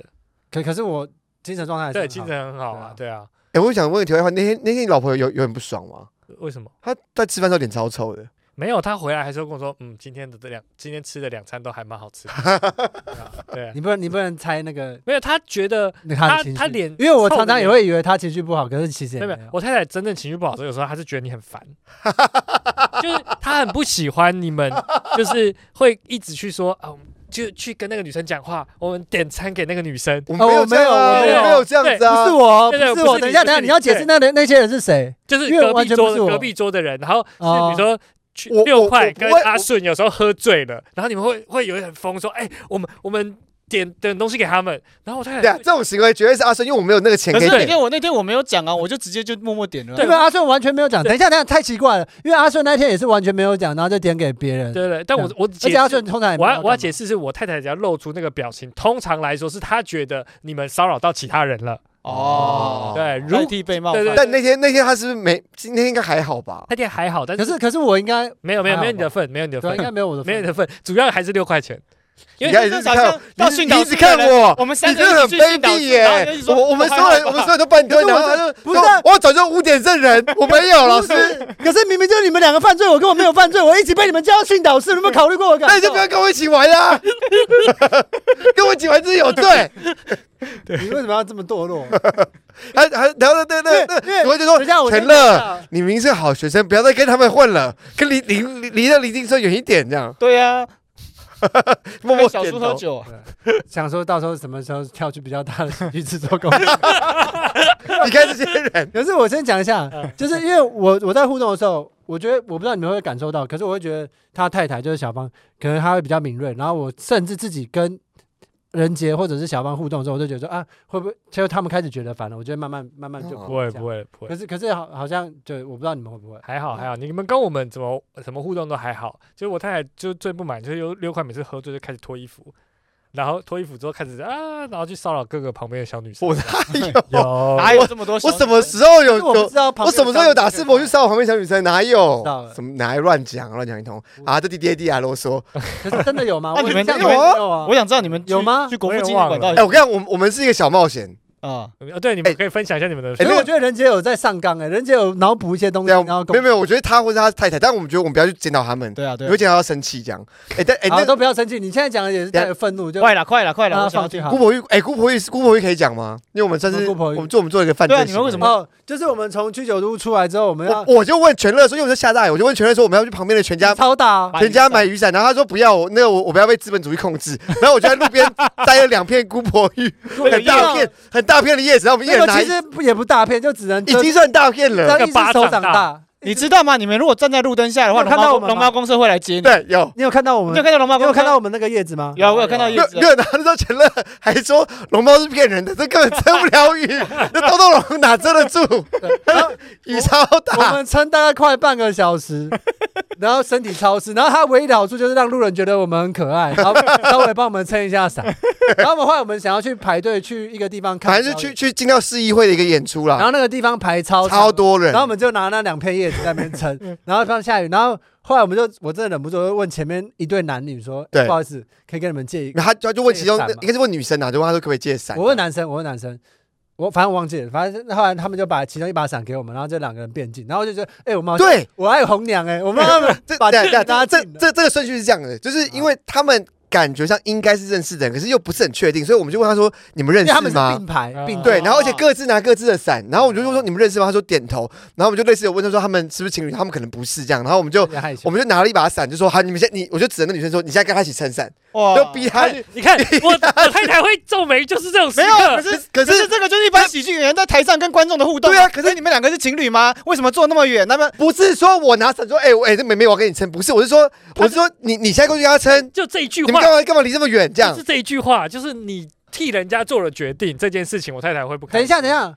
Speaker 1: 可可是我精神状态还是
Speaker 4: 对，
Speaker 1: 很好
Speaker 4: 精神很好啊，对啊。
Speaker 2: 哎，我想问个题外话，那天那天你老婆有有很不爽吗？
Speaker 4: 啊为什么？
Speaker 2: 她在吃饭时候脸超臭的，
Speaker 4: 没有，他回来还是会跟我说，嗯，今天的这两，今天吃的两餐都还蛮好
Speaker 1: [laughs]
Speaker 4: 吃的。对啊对啊，
Speaker 1: 你不能你不能猜那个
Speaker 4: 没有，他觉得
Speaker 1: 那个的
Speaker 4: 他
Speaker 1: 情绪
Speaker 4: 他，脸，
Speaker 1: 因为我常常也会以为他情绪不好，可是其实
Speaker 4: 没
Speaker 1: 也
Speaker 4: 有
Speaker 1: 没
Speaker 4: 没
Speaker 1: 有
Speaker 4: 有，。我太太真正情绪不好的时候，有时候她是觉得你
Speaker 1: [laughs]
Speaker 4: 很烦，就是她很不喜欢你们，就是会一直去说啊，我们就去跟那个女生讲话，我们点餐给那个女生，
Speaker 2: 我们没有
Speaker 1: 我
Speaker 2: 这
Speaker 1: 没有
Speaker 2: 样
Speaker 1: 我
Speaker 2: 啊，我
Speaker 1: 没有
Speaker 2: 们没有这样子
Speaker 1: 不
Speaker 2: 啊
Speaker 1: 是。我，不
Speaker 4: 对对
Speaker 1: 是
Speaker 4: 不是
Speaker 1: 我，
Speaker 4: 你
Speaker 1: 等一下，
Speaker 4: 不是
Speaker 1: 等一下，
Speaker 4: 你
Speaker 1: 你要解释
Speaker 4: 对
Speaker 1: 那人那些人是谁？
Speaker 4: 就是
Speaker 1: 因为
Speaker 4: 隔
Speaker 1: 完
Speaker 4: 壁
Speaker 1: 全不
Speaker 4: 桌
Speaker 1: 是
Speaker 4: 的
Speaker 1: 我
Speaker 4: 隔壁桌的人，然后是
Speaker 1: 哦
Speaker 4: 比如说去
Speaker 2: 我我
Speaker 4: 六
Speaker 2: 我
Speaker 4: 块
Speaker 2: 不
Speaker 4: 跟
Speaker 2: 会
Speaker 4: 阿
Speaker 2: 我
Speaker 4: 顺有时候喝醉了，然后你们会会有点疯说，哎，我们我们点点东西给他们，然后我太
Speaker 2: 对啊，
Speaker 4: 太
Speaker 2: 这种行为绝对是阿生，因为我没有那个钱
Speaker 3: 可
Speaker 2: 给
Speaker 3: 是那
Speaker 2: 你。
Speaker 3: 天我那天我没有讲啊，我就直接就默默点了啊。
Speaker 1: 因为阿顺完全没有讲。
Speaker 4: 对
Speaker 1: 等一下，等一下，太奇怪了，因为阿顺那天也是完全没有讲，然后就点给别人。
Speaker 4: 对对，但我我
Speaker 1: 啊而
Speaker 4: 解
Speaker 1: 且阿
Speaker 4: 释
Speaker 1: 顺。通常也没
Speaker 4: 我
Speaker 1: 有
Speaker 4: 要我要
Speaker 1: 干嘛
Speaker 4: 解释，是我太太只要露出那个表情，通常来说是她觉得你们骚扰到其他人了。
Speaker 3: 哦，
Speaker 4: 对，如
Speaker 3: 代替被冒犯
Speaker 4: 对对，
Speaker 2: 但那天那天他是不是没？今天应该还好吧？
Speaker 4: 那天还好，但
Speaker 1: 可是可是我应该
Speaker 4: 没有没
Speaker 1: 还
Speaker 4: 有
Speaker 1: 好
Speaker 4: 没有你的份，没有你的
Speaker 1: 对啊，应该
Speaker 4: 份，
Speaker 1: 没有我的
Speaker 4: 没有
Speaker 1: 份
Speaker 4: 你。的份，主要还是六块钱。因为
Speaker 2: 你看，你一直
Speaker 3: 早
Speaker 2: 看
Speaker 3: 上
Speaker 2: 我，
Speaker 3: 到
Speaker 2: 你一
Speaker 3: 训
Speaker 2: 直
Speaker 3: 导
Speaker 2: 你一
Speaker 3: 室
Speaker 2: 直看
Speaker 3: 的人
Speaker 2: 我，
Speaker 3: 我们三
Speaker 2: 你
Speaker 3: 个
Speaker 2: 真的
Speaker 3: 人
Speaker 2: 很
Speaker 3: 去
Speaker 2: 卑
Speaker 3: 训导
Speaker 2: 鄙
Speaker 3: 室然后
Speaker 2: 耶
Speaker 3: 你就！说
Speaker 2: 我我们所有人，我们所有人都帮你推，
Speaker 1: 可是
Speaker 2: 然
Speaker 1: 我
Speaker 2: 后他就
Speaker 1: 不
Speaker 2: 说
Speaker 1: 是
Speaker 2: 我早就污点证人，我没有老师，
Speaker 1: 可是明明就是你们两个犯罪，我跟我没有犯罪，我一起被你们叫到训导室，你有没有考虑过我的感
Speaker 2: 那
Speaker 1: 受？
Speaker 2: 你就不要跟我一起玩啦，跟我一起玩真是有罪。
Speaker 1: 你为什么要这么堕
Speaker 4: [laughs]
Speaker 1: 落？
Speaker 2: 还还然后对对对，
Speaker 1: 因
Speaker 2: 我
Speaker 1: 为
Speaker 2: 就说
Speaker 1: 等一 [laughs] 下我先
Speaker 2: 陈乐
Speaker 1: 讲一下
Speaker 2: [laughs] 你明明是好学生，不要再跟他们混了，跟离离离离了林静说远一点，这样
Speaker 3: [laughs] 对啊，
Speaker 2: 默默
Speaker 3: 小
Speaker 2: 点
Speaker 3: 叔喝
Speaker 2: 头。
Speaker 3: 酒，
Speaker 1: 想说到时候什么时候跳去比较大的 [laughs] 喜剧制作公司？
Speaker 2: 你看这些人，
Speaker 1: 可是我先讲一下，就是因为我我在互动的时候，我觉得我不知道你们会不会感受到，可是我会觉得他太太就是小芳，可能他会比较敏锐，然后我甚至自己跟人杰或者是小芳互动的时候，我就觉得说啊，会不会就他们开始觉得烦了？我觉得慢慢慢慢就
Speaker 2: 哦
Speaker 4: 不
Speaker 1: 这
Speaker 4: 会
Speaker 1: 样
Speaker 4: 不会不
Speaker 1: 可
Speaker 4: 会，
Speaker 1: 是可是好好像就我不知道你们会不会，
Speaker 4: 还好还好，你们跟我们怎么怎么互动都还好。就是我太太就最不满，就是有六块每次喝醉就开始脱衣服，然后脱衣服之后开始啊，然后去骚扰各个旁边的小女
Speaker 2: [laughs]
Speaker 4: 生。
Speaker 2: 我哪有？
Speaker 4: 有
Speaker 1: 哎
Speaker 3: 哪有这么多？
Speaker 2: [laughs] 我什么时候有
Speaker 1: 可是我不
Speaker 2: 有
Speaker 1: 知？道旁边
Speaker 2: 我
Speaker 1: 的
Speaker 2: 什么时候有打师傅去
Speaker 1: 小
Speaker 2: 骚扰旁边小女生？哪有
Speaker 1: 知道了？
Speaker 2: 什么哪来乱讲乱讲一通啊！这滴滴滴啊啰嗦。
Speaker 1: 女生？可是真的有吗？
Speaker 3: 那
Speaker 1: 我
Speaker 3: 你们
Speaker 1: 这样
Speaker 3: 你们
Speaker 1: 没有啊
Speaker 3: 我？想知道你们去
Speaker 1: 有吗
Speaker 3: 去国父纪念馆到
Speaker 2: 哎、
Speaker 3: 底
Speaker 2: 我跟你讲，我们我们是一个小冒险。
Speaker 3: 啊？
Speaker 4: 呃对，你们可以分享一下你们的
Speaker 1: 所
Speaker 2: 哎
Speaker 1: 以
Speaker 2: 那个
Speaker 1: 我觉得人杰有在上纲哎，人杰有脑补一些东西，
Speaker 2: 对啊，
Speaker 1: 然后
Speaker 2: 没有没有，我觉得他或者他太太，但我们觉得我们不要去检讨他们，
Speaker 3: 对啊，对
Speaker 2: 你
Speaker 3: 啊
Speaker 2: 会，检讨他生气这样。哎、但哎、
Speaker 1: 好
Speaker 2: 那
Speaker 1: 都不要生气，你现在讲的也是带着愤怒，就
Speaker 3: 快了，快了，快了，
Speaker 1: 让他
Speaker 3: 我想
Speaker 1: 啊放
Speaker 3: 要听
Speaker 1: 弃。
Speaker 2: 姑婆玉，哎、姑婆玉是姑婆玉可以讲吗？因为我们算是
Speaker 1: 姑婆玉
Speaker 2: 我们做我们做一个犯罪
Speaker 3: 对啊
Speaker 2: 行为。
Speaker 3: 你们为什么
Speaker 1: 哦，就是我们从居酒屋出来之后，我们要
Speaker 2: 我我就问全乐说，因为我们在下大雨，我就问全乐说我们要去旁边的全家
Speaker 1: 超大啊、
Speaker 3: 买雨伞
Speaker 2: 全家买雨伞，然后他说不要，我那个我我不要被资本主义控
Speaker 1: [laughs]
Speaker 2: 制，然后我就在路边摘了两片姑婆芋，很大片很大片的叶子，然后我们一
Speaker 1: 那
Speaker 2: 人
Speaker 1: 个
Speaker 2: 拿
Speaker 1: 其
Speaker 2: 一，
Speaker 1: 实也不大片，就只能
Speaker 2: 已经算大片
Speaker 1: 这样
Speaker 2: 了，
Speaker 1: 一只手掌大，一
Speaker 3: 你知道吗？你们如果站在路灯下的话，
Speaker 1: 你有
Speaker 3: 龙
Speaker 1: 看到
Speaker 3: 猫
Speaker 1: 我们吗
Speaker 3: 龙猫公社会来接你。
Speaker 2: 对，有
Speaker 1: 你有看到我
Speaker 3: 你有
Speaker 1: 们？
Speaker 3: 看到龙猫
Speaker 1: 你
Speaker 3: 公
Speaker 1: 有
Speaker 3: 社？
Speaker 1: 看到我们那个叶子吗？
Speaker 3: 有，我有看到叶
Speaker 2: 热
Speaker 1: 啊
Speaker 3: 子。
Speaker 2: 热拿那时候陈乐还说龙猫是骗人的，这根本遮不了
Speaker 1: [laughs]
Speaker 2: 雨，那豆豆龙哪遮得住？ [laughs] 雨超
Speaker 1: 我
Speaker 2: 大，
Speaker 1: 们撑大概快半个小时，然后身体超湿，然后它唯一的好处就是让路人觉得我们很可爱，然后稍微帮我们撑一下伞。然后我们后来我们想要去排队去一个地方看，
Speaker 2: 反正是去，去进到市议会的一个演出
Speaker 1: 然
Speaker 2: 啦，
Speaker 1: 后那个地方排超
Speaker 2: 超多人
Speaker 1: 然后我。们就拿那两片叶子在那边
Speaker 2: [laughs] 嗯
Speaker 1: 撑，然后放下雨，然后后来我们就我真的忍不住问前面一对男女说：“
Speaker 2: 对
Speaker 1: 不好意思，可以跟你们借一个
Speaker 2: 然后他就他就问其中
Speaker 1: 那个伞嘛
Speaker 2: 应该是问女生啊，就问她说可不可以借？”伞。
Speaker 1: 我问男生，我问男生，我反正我忘记了，反正后来他们就把其中一把伞给我们，然后就两个人变近，然后我就觉得：“哎、我们好像
Speaker 2: 对，
Speaker 1: 我爱红娘哎、
Speaker 2: [laughs]
Speaker 1: 我们他们
Speaker 2: 这
Speaker 1: 把
Speaker 2: 对对
Speaker 1: 搭
Speaker 2: 这
Speaker 1: 进来
Speaker 2: 这这个顺序是这样的，就是因为他们感觉上应该是认识的人，可是又不是很确定，所以我们就问他说：“你们认
Speaker 1: 因为他
Speaker 2: 识
Speaker 1: 们
Speaker 2: 吗
Speaker 1: 是？”哦并排
Speaker 4: 啊
Speaker 1: 并
Speaker 2: 对，
Speaker 1: 队，
Speaker 2: 然后而且各自拿各自的伞，然后我们就说：“你们认识吗？”他说：“点头。”然后我们就类似有问他说：“他们是不是情侣？”他们可能不是这样，然后我们
Speaker 1: [laughs]
Speaker 2: 就
Speaker 1: 有点害羞
Speaker 2: 我。们就拿了一把伞，就说：“好，你们先你，我就指着那女生说，你现在跟她一起撑伞，
Speaker 3: 哇
Speaker 1: 哦
Speaker 2: 就逼她
Speaker 1: 哎
Speaker 2: 去。
Speaker 4: 你看我我太太会皱眉，就是这种时
Speaker 3: 没有，啊可
Speaker 4: 刻。
Speaker 3: 是
Speaker 2: 可
Speaker 3: 可
Speaker 2: 是
Speaker 3: 是这个就是一般喜剧演员在台上跟观众的互动。哎
Speaker 2: 对啊可是
Speaker 3: 是你们两个是情侣吗？为什么坐那么远？那么
Speaker 2: 不是说我拿伞说：“哎、我哎、这妹妹，我要跟你撑。”不是，我是说，我是说你你现在过去跟
Speaker 1: [laughs]
Speaker 2: 她撑，
Speaker 4: 就这一句
Speaker 2: 你
Speaker 4: 话
Speaker 2: 们，干嘛干嘛离这么远？这样
Speaker 4: 就是这一句话，就是你替人家做了决定这件事情，我太太会不开
Speaker 1: 等一
Speaker 4: 心。
Speaker 1: 下，等一下，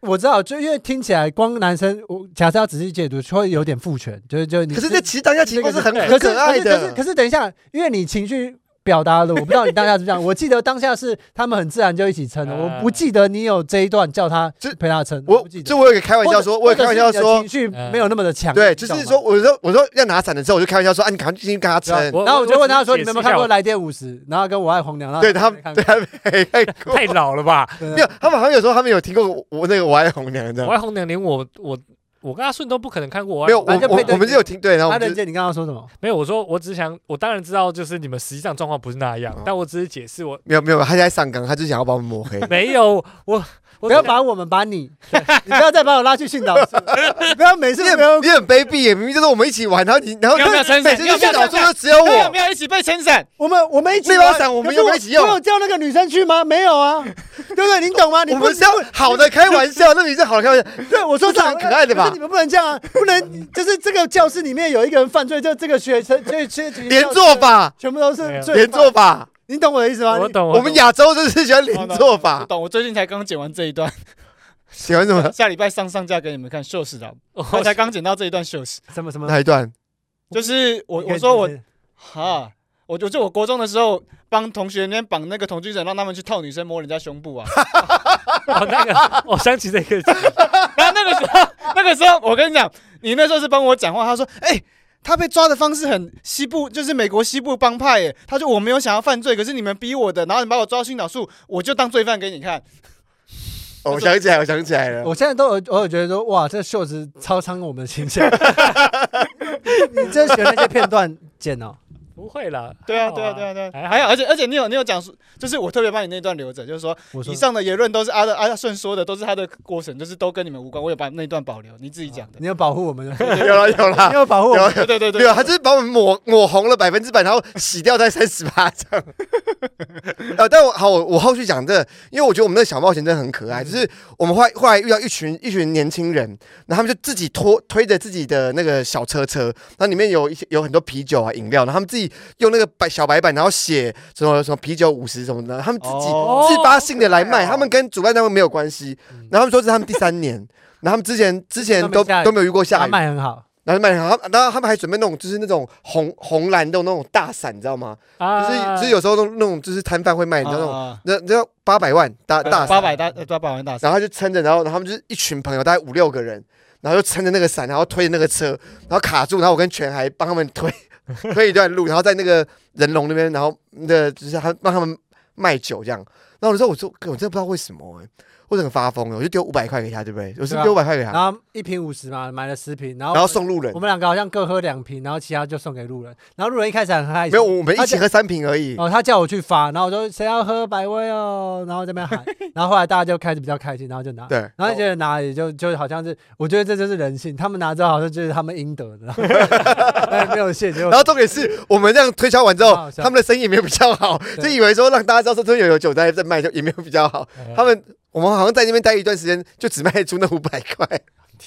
Speaker 1: 我知道，就因为听起来光男生，我假设要仔细解读，会有点父权，就是就是你
Speaker 2: 可是这其实当下情况是很很
Speaker 1: 可是
Speaker 2: 可爱
Speaker 1: 可是可是
Speaker 2: 的
Speaker 1: 可，是等一下，因为你情绪表达了，我不知道你当下是
Speaker 2: [laughs]
Speaker 1: 这样。我记得当下是他们很自然就一起撑的，我不记得你有这一段叫他
Speaker 2: 就
Speaker 1: 陪他撑。
Speaker 2: 啊我
Speaker 1: 不记得
Speaker 2: 就。我有一个开玩笑说，我有开玩笑
Speaker 1: 或者是你的
Speaker 2: 说
Speaker 1: 情绪没有那么的强，
Speaker 2: 对，
Speaker 1: 你
Speaker 2: 就
Speaker 1: 懂吗
Speaker 2: 是说，，我说我说要拿伞的时候，我就开玩笑说啊，你赶快进去跟他撑。
Speaker 4: 我
Speaker 1: 然后我就问他说：“
Speaker 4: 只
Speaker 1: 你
Speaker 4: 是
Speaker 1: 们有没有
Speaker 4: 解释一
Speaker 1: 看
Speaker 4: 下
Speaker 1: 过《来电五十》？”然后跟我爱红娘，然后
Speaker 2: 对他
Speaker 1: 没看
Speaker 2: 们，
Speaker 1: 过
Speaker 2: 对他们没看过，
Speaker 4: 太老了吧？
Speaker 1: 对
Speaker 2: 没有，他们好像有时候他们有听过我我那个我爱红娘这
Speaker 4: 我
Speaker 1: 嗯
Speaker 2: 样，
Speaker 4: 爱红娘连我我我跟阿顺都不可能看过。我爱
Speaker 2: 没有，我
Speaker 1: 反正就
Speaker 2: 我
Speaker 1: 配对
Speaker 2: 我们是有听对，然后
Speaker 1: 阿
Speaker 2: 我
Speaker 1: 仁
Speaker 2: 们就
Speaker 1: 姐，你刚刚说什么？
Speaker 4: 没有，我说我只想，我当然知道，就是你们实际上状况不是那样，
Speaker 2: 哦
Speaker 4: 但我只是解释我。
Speaker 2: 没有没有，他在上纲，他就想要把我们抹黑
Speaker 4: 没有我我
Speaker 1: 不要
Speaker 4: 只想
Speaker 1: 把我们把你， [laughs] 你不要再把我拉去训导室，你不要每次
Speaker 2: 你
Speaker 1: 不要
Speaker 2: 很你很卑鄙耶，明明就是我们一起玩，然后你然后
Speaker 3: 你要不要撑伞
Speaker 2: 每次
Speaker 3: 你要
Speaker 2: 去
Speaker 3: 不要
Speaker 2: 训导
Speaker 3: 撑
Speaker 2: 处
Speaker 3: 伞
Speaker 2: 就只有
Speaker 3: 没有
Speaker 2: 我
Speaker 3: 没，有一起被撑伞？
Speaker 1: 我们我们一起
Speaker 2: 那
Speaker 1: 玩。
Speaker 2: 把伞我们
Speaker 1: 可是
Speaker 2: 有没有一起用
Speaker 1: 我有叫那个女生去吗？没有啊，对不对？你懂吗？你
Speaker 2: 我
Speaker 1: 不
Speaker 2: 们是要好的开玩笑，那你是好的开玩笑，
Speaker 1: 对我说
Speaker 2: 这是很可爱的吧
Speaker 1: 可是你们不能这样啊，不能就是这个教室里面有一个人犯罪，就这个学生，这这
Speaker 2: 连坐法，
Speaker 1: 全部都
Speaker 4: 没
Speaker 1: 是
Speaker 4: 有
Speaker 1: 罪
Speaker 2: 连坐
Speaker 1: 犯，
Speaker 2: 法，
Speaker 1: 你懂我的意思吗？
Speaker 4: 我
Speaker 1: 你
Speaker 4: 懂
Speaker 2: 我们亚洲就是喜欢
Speaker 3: 哦
Speaker 2: 连
Speaker 3: 懂
Speaker 2: 坐
Speaker 3: 我
Speaker 2: 法，
Speaker 3: 懂，我最近才刚剪完这一段，
Speaker 2: 喜欢什么
Speaker 3: 下礼拜上上架给你们看 shorts 的，我
Speaker 4: [laughs] 我
Speaker 3: 才刚剪到这一段 shorts，
Speaker 1: 什么什么？
Speaker 2: 哪一段？
Speaker 3: 就是我
Speaker 1: 你可以
Speaker 3: 我说我
Speaker 1: 解释
Speaker 3: 哈。我就就我国中的时候，帮同学那边绑那个童军绳，让他们去套女生摸人家胸部啊。
Speaker 4: 哦那个，我想起这个， [laughs]
Speaker 3: 然后那个时候，那个时候我跟你讲，你那时候是帮我讲话，他说，哎、他被抓的方式很西部，就是美国西部帮派耶。他说我没有想要犯罪，可是你们逼我的，然后你把我抓到训导处，我就当罪犯给你看。
Speaker 2: 哦我想起来，我想起来了，
Speaker 1: 我现在都偶偶尔觉得说，哇，这袖子超伤我们的形
Speaker 2: [laughs]
Speaker 1: 象。你真学那些片段剪哦，
Speaker 4: 不会啦，
Speaker 3: 对啊，
Speaker 4: 还好
Speaker 3: 对啊，对啊，对
Speaker 4: 还
Speaker 3: 啊。
Speaker 4: 好
Speaker 3: 还有，而且而且你有你有讲说，就是我特别把你那段留着，就是说
Speaker 1: 我说
Speaker 3: 以上的言论都是阿的阿顺说的，都是他的过程，就是都跟你们无关。我有把那段保留，你自己讲的。
Speaker 1: 你有保护我们，
Speaker 2: [laughs] 有了有了
Speaker 1: 你。有保护我们。
Speaker 3: 对对对
Speaker 2: 没有，
Speaker 3: 对，
Speaker 2: 他就是把我们抹抹红了百分之百，然后洗掉在三十八这样。 [laughs] 呃，但我好，我我后续讲这个因为我觉得我们那个小冒险真的很可爱，就是我们后来后来遇到一群一群年轻人，然后他们就自己拖推着自己的那个小车车，那里面有一些有很多啤酒啊饮料，然后他们自己用那个白小白板，然后写什么什么啤酒五十什么的，他们自己
Speaker 3: 哦
Speaker 2: 自发性的来卖，
Speaker 3: 哦
Speaker 2: 他们跟主办单位没有关系
Speaker 1: 嗯。
Speaker 2: 然后他们说这是他们第三年，然后他们之前之前
Speaker 1: 都没
Speaker 2: 都
Speaker 1: 下雨
Speaker 2: 都没有遇过下
Speaker 1: 他
Speaker 2: 雨。
Speaker 1: 卖很好，
Speaker 2: 然后就卖很好，他们然后他们还准备那种就是那种红红蓝的那种大伞，你知道吗？就是
Speaker 4: 啊，
Speaker 2: 就是有时候那种那种就是摊贩会卖，你知道那种
Speaker 3: 啊
Speaker 2: 那那八百万大大伞，
Speaker 3: 八百大呃八百万大
Speaker 2: 然后他就撑着，然后然后他们就是一群朋友，大概五六个人，然后就撑着那个伞，然后推着那个车，然后卡住，然后我跟全还帮他们推 [laughs] 推一段路，然后在那个人龙那边，然后那就是他帮他们卖酒这样。然后有时候我说我真的不知道为什么、欸，我整个发疯了，我就丢五百块给他，对不对？我是
Speaker 1: 对啊
Speaker 2: 丢五百块给他，
Speaker 1: 然后一瓶五十嘛，买了十瓶，然后
Speaker 2: 然后送路人
Speaker 1: 我。们两个好像各喝两瓶，然后其他就送给路人。然后路人一开始很开
Speaker 2: 没
Speaker 1: 心
Speaker 2: 有，，我们一起喝三瓶而已。
Speaker 1: 哦，他叫我去发，然后我说谁要喝百威哦，然后这边
Speaker 2: [laughs]
Speaker 1: 喊，然后后来大家就开始比较开心，然后就拿，
Speaker 2: 对，
Speaker 1: 啊
Speaker 2: 哦
Speaker 1: 然后就觉得拿也就就好像是，我觉得这就是人性，他们拿之后好像就是他们应得的，
Speaker 2: [laughs]
Speaker 1: 然后但是没有谢，结果
Speaker 2: 哦然后重点是我们这样推销完之后
Speaker 1: 很好，笑
Speaker 2: 他们的生意也没有比较好，
Speaker 1: 对
Speaker 2: 就以为说让大家知道说真的有酒在在卖，就也没有比较好。他们我们好像在那边待一段时间，就只卖出那五百块，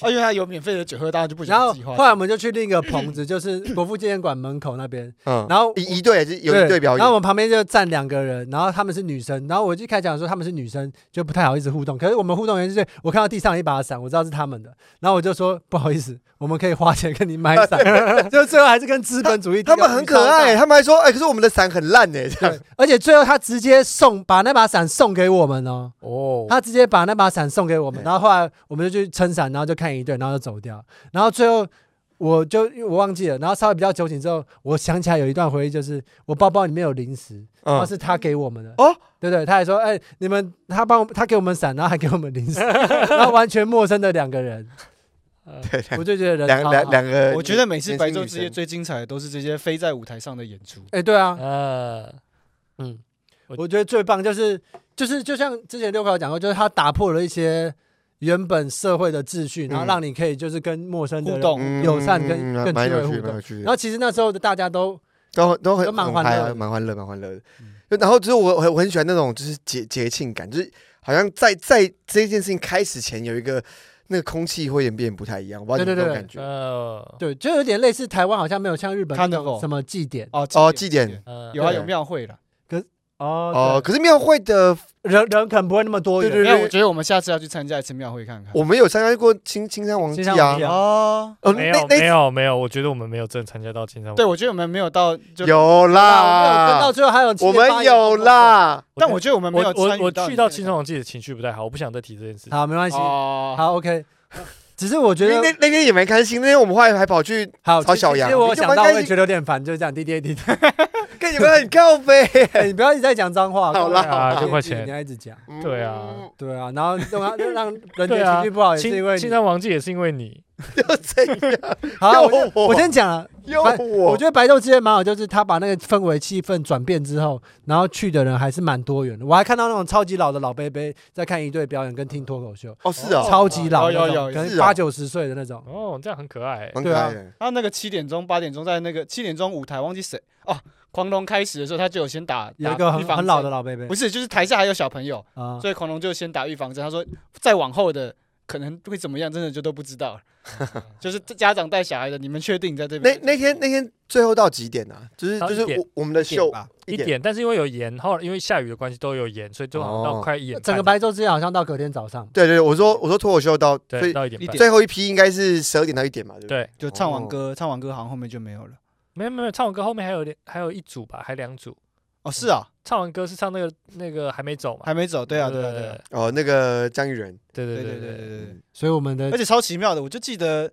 Speaker 3: 哦，因为他有免费的酒喝，大家就不
Speaker 1: 然
Speaker 3: 想
Speaker 1: 后
Speaker 3: 计划
Speaker 1: 后。来我们就去另一个棚子，就是国父纪念馆门口那边，
Speaker 2: 嗯，
Speaker 1: 然后
Speaker 2: 一一队就是有一队表演，
Speaker 1: 然后我们旁边就站两个人，然后他们是女生，然后我一开始讲说他们是女生，就不太好意思互动。可是我们互动原因是，我看到地上有一把伞，我知道是他们的，然后我就说不好意思，我们可以花钱跟你买
Speaker 2: [laughs]
Speaker 1: 伞。就最后还是跟资本主义
Speaker 2: 他们很可爱，。他们还说，哎，可是我们的伞很烂哎，这样
Speaker 1: 对，而且最后他直接送把那把伞送给我们哦，
Speaker 4: 哦，
Speaker 1: 他直接把那把伞送给我
Speaker 2: 哎
Speaker 1: 们，然后后来我们就去撑伞，然后就看一顿，然后就走掉，然后最后我就因为我忘记了，然后稍微比较纠结之后，我想起来有一段回忆，就是我包包里面有零食，然后
Speaker 2: 嗯，
Speaker 1: 是他给我们的
Speaker 2: 哦，
Speaker 1: 对不对？他还说，哎，你们他帮我他给我们伞，然后还给我们零
Speaker 2: [laughs]
Speaker 1: 食，然后完全陌生的两个人，
Speaker 4: 呃
Speaker 2: 对，
Speaker 1: 我就觉得人
Speaker 2: [laughs] 两
Speaker 1: 好
Speaker 2: 两
Speaker 1: 好
Speaker 2: 两个，
Speaker 3: 我觉得每次
Speaker 2: 年
Speaker 3: 白
Speaker 2: 轻
Speaker 3: 昼
Speaker 2: 女
Speaker 3: 之夜
Speaker 2: 生
Speaker 3: 最精彩的都是这些飞在舞台上的演出。
Speaker 1: 哎，对啊，
Speaker 4: 呃，
Speaker 1: 嗯，
Speaker 4: 我
Speaker 1: 我觉得最棒就是就是就像之前六块讲过，就是他打破了一些原本社会的秩序，然后
Speaker 2: 嗯
Speaker 1: 让你可以就是跟陌生的
Speaker 3: 互
Speaker 1: 人
Speaker 3: 动
Speaker 2: 嗯
Speaker 1: 友善跟
Speaker 2: 嗯嗯
Speaker 1: 更
Speaker 2: 蛮
Speaker 1: 趣味
Speaker 2: 有趣
Speaker 1: 互
Speaker 2: 的，蛮
Speaker 1: 动
Speaker 2: 有趣的
Speaker 1: 然后其实那时候的大家都
Speaker 2: 都很都很
Speaker 1: 都蛮
Speaker 2: 很
Speaker 1: 欢
Speaker 2: 嗨
Speaker 1: 乐
Speaker 2: 啊
Speaker 1: 的
Speaker 2: 蛮欢乐，蛮欢乐的
Speaker 3: 嗯。
Speaker 2: 就然后就是我很我很喜欢那种就是节节庆感，就是好像在在这件事情开始前有一个那个空气会演变不太一样，我不知道你有没有这
Speaker 1: 对
Speaker 2: 种感觉。
Speaker 4: 呃，
Speaker 1: 对，就有点类似台湾，好像没有像日本那
Speaker 3: Carnival
Speaker 1: 种什么祭典
Speaker 3: 哦
Speaker 2: 哦
Speaker 3: 祭
Speaker 2: 祭
Speaker 3: 典
Speaker 2: 典
Speaker 4: 呃
Speaker 3: 有啊，
Speaker 2: 对
Speaker 3: 有庙会了。
Speaker 1: 哦
Speaker 2: 哦，，可是庙会的，
Speaker 1: 对人人可能不会那么多
Speaker 2: 对
Speaker 1: 元，
Speaker 2: 对
Speaker 3: 那我觉得我们下次要去参加一次庙会看看。
Speaker 2: 我们有参加过青青山王祭
Speaker 1: 青山王
Speaker 2: 啊
Speaker 1: 祭。
Speaker 3: 哦，
Speaker 2: 哦，
Speaker 4: 没
Speaker 2: 那
Speaker 4: 有没
Speaker 2: 那
Speaker 4: 有没有，我觉得我们没有真的参加到青山。
Speaker 3: 对，，我觉得我们没有到就，
Speaker 2: 有
Speaker 1: 啊我没有跟
Speaker 2: 啦
Speaker 1: 到，最后还有七
Speaker 2: 我
Speaker 1: 点八
Speaker 2: 们有。啦。
Speaker 3: 但我觉得我们没
Speaker 4: 我
Speaker 3: 有
Speaker 4: 我
Speaker 3: 参与
Speaker 4: 我去到
Speaker 3: 里
Speaker 4: 青
Speaker 3: 面
Speaker 4: 山王记的情绪不太好，我不想再提这件事。
Speaker 1: 好，没关系，
Speaker 3: 哦，
Speaker 1: 好 OK。只 [laughs] 是我觉
Speaker 2: 因为
Speaker 1: 得
Speaker 2: 那那天也蛮开心，那天我们后来还跑去，
Speaker 1: 好，
Speaker 2: 曹
Speaker 1: 其实
Speaker 2: 小羊
Speaker 1: 其实我
Speaker 2: 你干
Speaker 1: 想
Speaker 2: 嘛
Speaker 1: 到我
Speaker 2: 开
Speaker 1: 也
Speaker 2: 心
Speaker 1: 觉得有点烦，就这样滴滴 [laughs] 滴滴。
Speaker 2: 跟你们很靠背。
Speaker 1: 哎你不要一直在讲脏话，
Speaker 2: 好啦好啦
Speaker 1: 各位
Speaker 4: 六块
Speaker 1: 弟弟
Speaker 4: 钱
Speaker 1: 你要一直讲。
Speaker 4: 对啊
Speaker 2: 嗯，
Speaker 1: 对啊，然后让他让人
Speaker 4: 对
Speaker 1: 觉
Speaker 4: 啊
Speaker 1: 情绪不好也是因
Speaker 4: 青
Speaker 1: 为
Speaker 4: 青
Speaker 1: 你
Speaker 4: 山王记也是因为你，
Speaker 2: 又这样，
Speaker 1: 好啊，我
Speaker 2: 又 [laughs]
Speaker 1: 先我先讲了，
Speaker 2: 又
Speaker 1: 反
Speaker 2: 我
Speaker 1: 我觉得白昼之夜蛮好，就是他把那个氛围气氛转变之后，然后去的人还是蛮多元的。我还看到那种超级老的老伯伯在看一队表演跟听脱口秀，
Speaker 2: 哦是哦，
Speaker 1: 超级老那种，
Speaker 3: 有有有
Speaker 1: 可
Speaker 2: 是
Speaker 1: 能
Speaker 2: 哦
Speaker 1: 八九十岁的那种。
Speaker 4: 哦，这样很可爱。
Speaker 2: 蛮
Speaker 1: 对
Speaker 2: 可
Speaker 1: 啊
Speaker 2: 爱的。
Speaker 3: 他那个七点钟、八点钟在那个七点钟舞台，忘记谁哦，狂龙开始的时候他就有先打
Speaker 1: 有一
Speaker 3: 打
Speaker 1: 个
Speaker 3: 预
Speaker 1: 很
Speaker 3: 防
Speaker 1: 很老
Speaker 3: 针
Speaker 1: 的老伯伯
Speaker 3: 不是，就是台下还有小朋友，
Speaker 1: 啊，
Speaker 3: 所以狂龙就先打预防针。他说再往后的可能会怎么样，真的就都不知道了。
Speaker 1: [laughs]
Speaker 3: 就是家长带小孩的，你们确定在这
Speaker 2: 那
Speaker 3: 边？
Speaker 2: 那天那天最后到几点啊？就是
Speaker 4: 到
Speaker 2: 就是
Speaker 4: 一点
Speaker 2: 我我们的秀
Speaker 1: 吧
Speaker 4: 一点，但是因为有盐，后来因为下雨的关系都有盐，所以最后好像到
Speaker 2: 哦
Speaker 4: 快一点半，
Speaker 1: 整个白昼之夜好像到隔天早上，
Speaker 2: 对对，对我说我说脱口秀到，所
Speaker 4: 对
Speaker 2: 以
Speaker 4: 到一点
Speaker 3: 一
Speaker 4: 半
Speaker 3: 点，
Speaker 2: 最后一批应该是十二点到一点嘛，对不对？
Speaker 4: 对，
Speaker 3: 就
Speaker 1: 哦
Speaker 3: 唱完歌，唱完歌好像后面就没有了。
Speaker 4: 没有没有，唱完歌后面还有两还有一组吧，还两组，
Speaker 3: 哦，
Speaker 1: 嗯
Speaker 3: 是啊，
Speaker 4: 唱完歌是唱那个那个还没走嘛，
Speaker 3: 还没走。对啊，对啊，对啊，
Speaker 2: 哦，那个江玉仁，
Speaker 4: 对对
Speaker 3: 对
Speaker 4: 对
Speaker 3: 对
Speaker 4: 对
Speaker 3: 对对对对。
Speaker 1: 所以我们
Speaker 3: 而
Speaker 1: 的
Speaker 3: 且超奇妙的，我就记得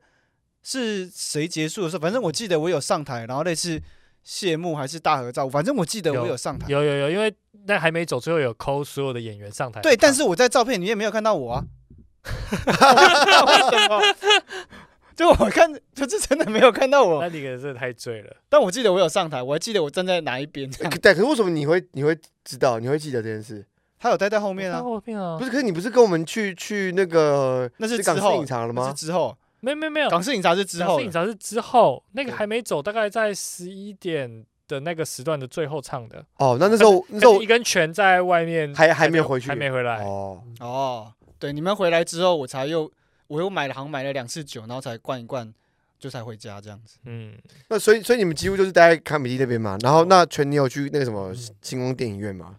Speaker 3: 是谁结束的时候，反正我记得我有上台，然后类似谢幕还是大合照，反正我记得我有上台。
Speaker 4: 有有有，因为那还没走，最后有抠所有的演员上台。
Speaker 3: 对，但是我在照片里面没有看到
Speaker 2: [laughs]
Speaker 3: 我啊。为什么？就我看， [laughs] 就是真的没有看到我，
Speaker 4: 那你可能真的太醉了。
Speaker 3: 但我记得我有上台，我还记得我站在哪一边这样
Speaker 2: 可但可是为什么你会你会知道你会记得这件事？
Speaker 3: 他有待在后面啊，
Speaker 4: 后面啊
Speaker 2: 不，是，可是你不是跟我们去去那个
Speaker 3: 那是之
Speaker 2: 港式
Speaker 3: 后
Speaker 2: 饮，茶了
Speaker 3: 那是
Speaker 2: 吗？
Speaker 3: 之后，
Speaker 4: 没有没有没有，
Speaker 3: 港式饮茶是之
Speaker 4: 然
Speaker 3: 后
Speaker 4: 后
Speaker 3: 的
Speaker 4: 影潮是之后那个
Speaker 3: 对
Speaker 4: 还没走，大概在十一点的那个时段的最后唱的。
Speaker 2: 哦，那那时候那时
Speaker 4: 可
Speaker 2: 候
Speaker 4: 是一根拳在外面
Speaker 2: 还还没有回去
Speaker 4: 还没回来。
Speaker 2: 哦，
Speaker 3: 哦。对，你们回来之后，我才又我又买了，好像买了两次酒，然后才灌一灌，就才回家这样子。
Speaker 4: 嗯，
Speaker 2: 那所以所以你们几乎就是待在康米蒂那边嘛。然后那全你有去那个什么星光电影院吗？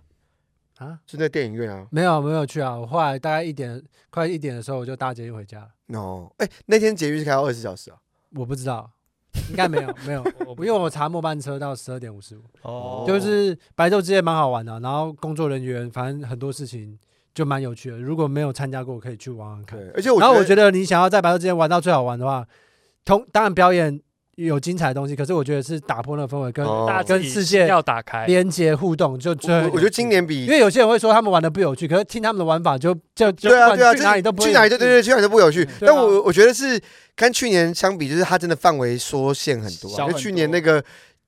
Speaker 1: 啊
Speaker 2: 就那电影院啊。
Speaker 1: 没有没有去啊，我后来大概一点快一点的时候我就搭捷运回家了，
Speaker 2: 哦，哎，那天捷运是开到二十四小时啊。
Speaker 1: 我不知道，应该没
Speaker 2: [laughs]
Speaker 1: 有没有，
Speaker 4: 我
Speaker 1: 因为我查末班车到十二点五十五。
Speaker 2: 哦
Speaker 1: 就是白昼之夜蛮好玩的，然后工作人员反正很多事情就蛮有趣的。如果没有参加过，可以去玩玩看。
Speaker 2: 对，而且我
Speaker 1: 然后我
Speaker 2: 觉
Speaker 1: 觉得你想要在白昼之夜玩到最好玩的话，同当然表演有精彩的东西，可是我觉得是打破那个氛围，跟
Speaker 2: 哦
Speaker 4: 大家
Speaker 1: 跟
Speaker 4: 自己
Speaker 1: 世界
Speaker 4: 要打开。
Speaker 1: 连接互动就最
Speaker 2: 我我觉得今。年
Speaker 1: 因
Speaker 2: 比
Speaker 1: 为有些人会说他们玩的不有趣，可是听他们的玩法就就就
Speaker 2: 对啊
Speaker 1: 不管
Speaker 2: 对啊，
Speaker 1: 去
Speaker 2: 这
Speaker 1: 哪里都不会
Speaker 2: 去哪里都对对，去哪里都不有趣。
Speaker 1: 对啊
Speaker 2: 但我我觉得是跟去年相比，就是它真的范围缩限很多
Speaker 3: 小
Speaker 2: 啊，
Speaker 3: 很
Speaker 2: 因
Speaker 3: 多
Speaker 2: 为去年那个。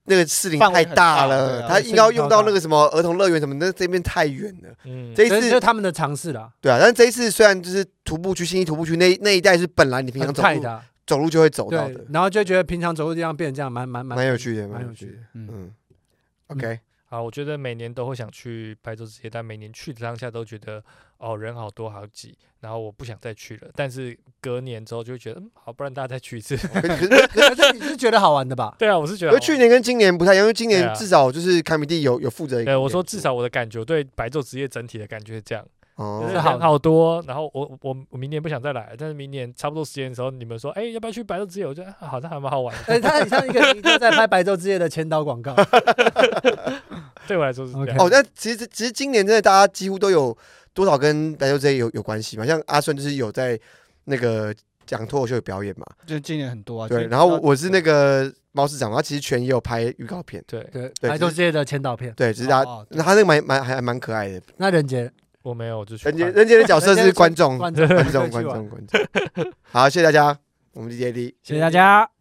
Speaker 2: 那个适龄
Speaker 3: 范围
Speaker 2: 太
Speaker 3: 很大
Speaker 2: 大
Speaker 3: 对啊
Speaker 2: 了，它硬要用到那个什么儿童乐园什么，那这边太远了。
Speaker 4: 嗯，
Speaker 2: 这一
Speaker 1: 对就是
Speaker 2: 次
Speaker 1: 他们的尝试啦，
Speaker 2: 对啊，但这一次虽然就是徒步区、新一徒步区那那一带是本来你平常
Speaker 1: 很
Speaker 2: 走
Speaker 1: 菜
Speaker 2: 路
Speaker 1: 的啊，
Speaker 2: 走路就会走到
Speaker 1: 对
Speaker 2: 的，，
Speaker 1: 然后就觉得平常走路地方变成这样，蛮蛮
Speaker 2: 蛮有趣的，
Speaker 1: 蛮
Speaker 2: 蛮
Speaker 1: 有
Speaker 2: 有
Speaker 1: 趣
Speaker 2: 趣
Speaker 1: 的
Speaker 2: 的。
Speaker 1: [laughs]
Speaker 3: 嗯
Speaker 2: 嗯，OK，
Speaker 4: 啊，我觉得每年都会想去白昼之夜，但每年去的当下都觉得哦人好多好挤，然后我不想再去了。但是隔年之后就会觉得，嗯，好，不然大家再去一次。
Speaker 2: 可可是
Speaker 1: 可是你是觉得好玩的
Speaker 2: [laughs]
Speaker 1: 吧？
Speaker 4: [laughs] 对啊，我是觉
Speaker 2: 可是
Speaker 4: 得
Speaker 2: 去年跟今年不太一样，因为今
Speaker 4: 对
Speaker 2: 年
Speaker 4: 啊
Speaker 2: 至少就是卡米蒂有有负责一个演
Speaker 4: 对，
Speaker 2: 出。
Speaker 4: 我说至少我的感觉，我对白昼之夜整体的感觉是这样，
Speaker 2: 哦
Speaker 4: 就，是
Speaker 1: 是好
Speaker 4: 人好多。然后我我我明年不想再来，但是明年差不多时间的时候，你们说，哎，要不要去白昼之夜？我觉得、啊好像还蛮好玩的。
Speaker 1: 哎，他很像一个一个在拍《白昼之夜》的前导广告，
Speaker 4: 对我来说是这
Speaker 1: OK
Speaker 4: 样。
Speaker 2: 哦，那其实其实今年真的大家几乎都有多少跟白昼之夜有有关系嘛？像阿顺就是有在那个讲脱口秀的表演嘛，
Speaker 3: 就今年很多啊。
Speaker 2: 对。
Speaker 3: 就
Speaker 2: 然后我我哦是那个猫市长嘛，他其实全也有拍预告片，
Speaker 4: 对，
Speaker 1: 对，《
Speaker 2: 对
Speaker 1: 白昼之夜》的前导片。
Speaker 2: 对，哦只是他
Speaker 3: 哦哦
Speaker 2: 那他那个蛮蛮还还蛮可爱的。
Speaker 1: 那任杰，
Speaker 4: 我没有，我就去
Speaker 2: 人杰
Speaker 4: 看。
Speaker 2: 人杰的角色
Speaker 1: 人杰
Speaker 2: 是观众，
Speaker 1: 观
Speaker 2: [laughs]
Speaker 1: 众对
Speaker 2: 观众，观众，
Speaker 1: 去玩
Speaker 2: 观众。好，谢谢大家，我们 DJ D。
Speaker 1: 谢谢大家。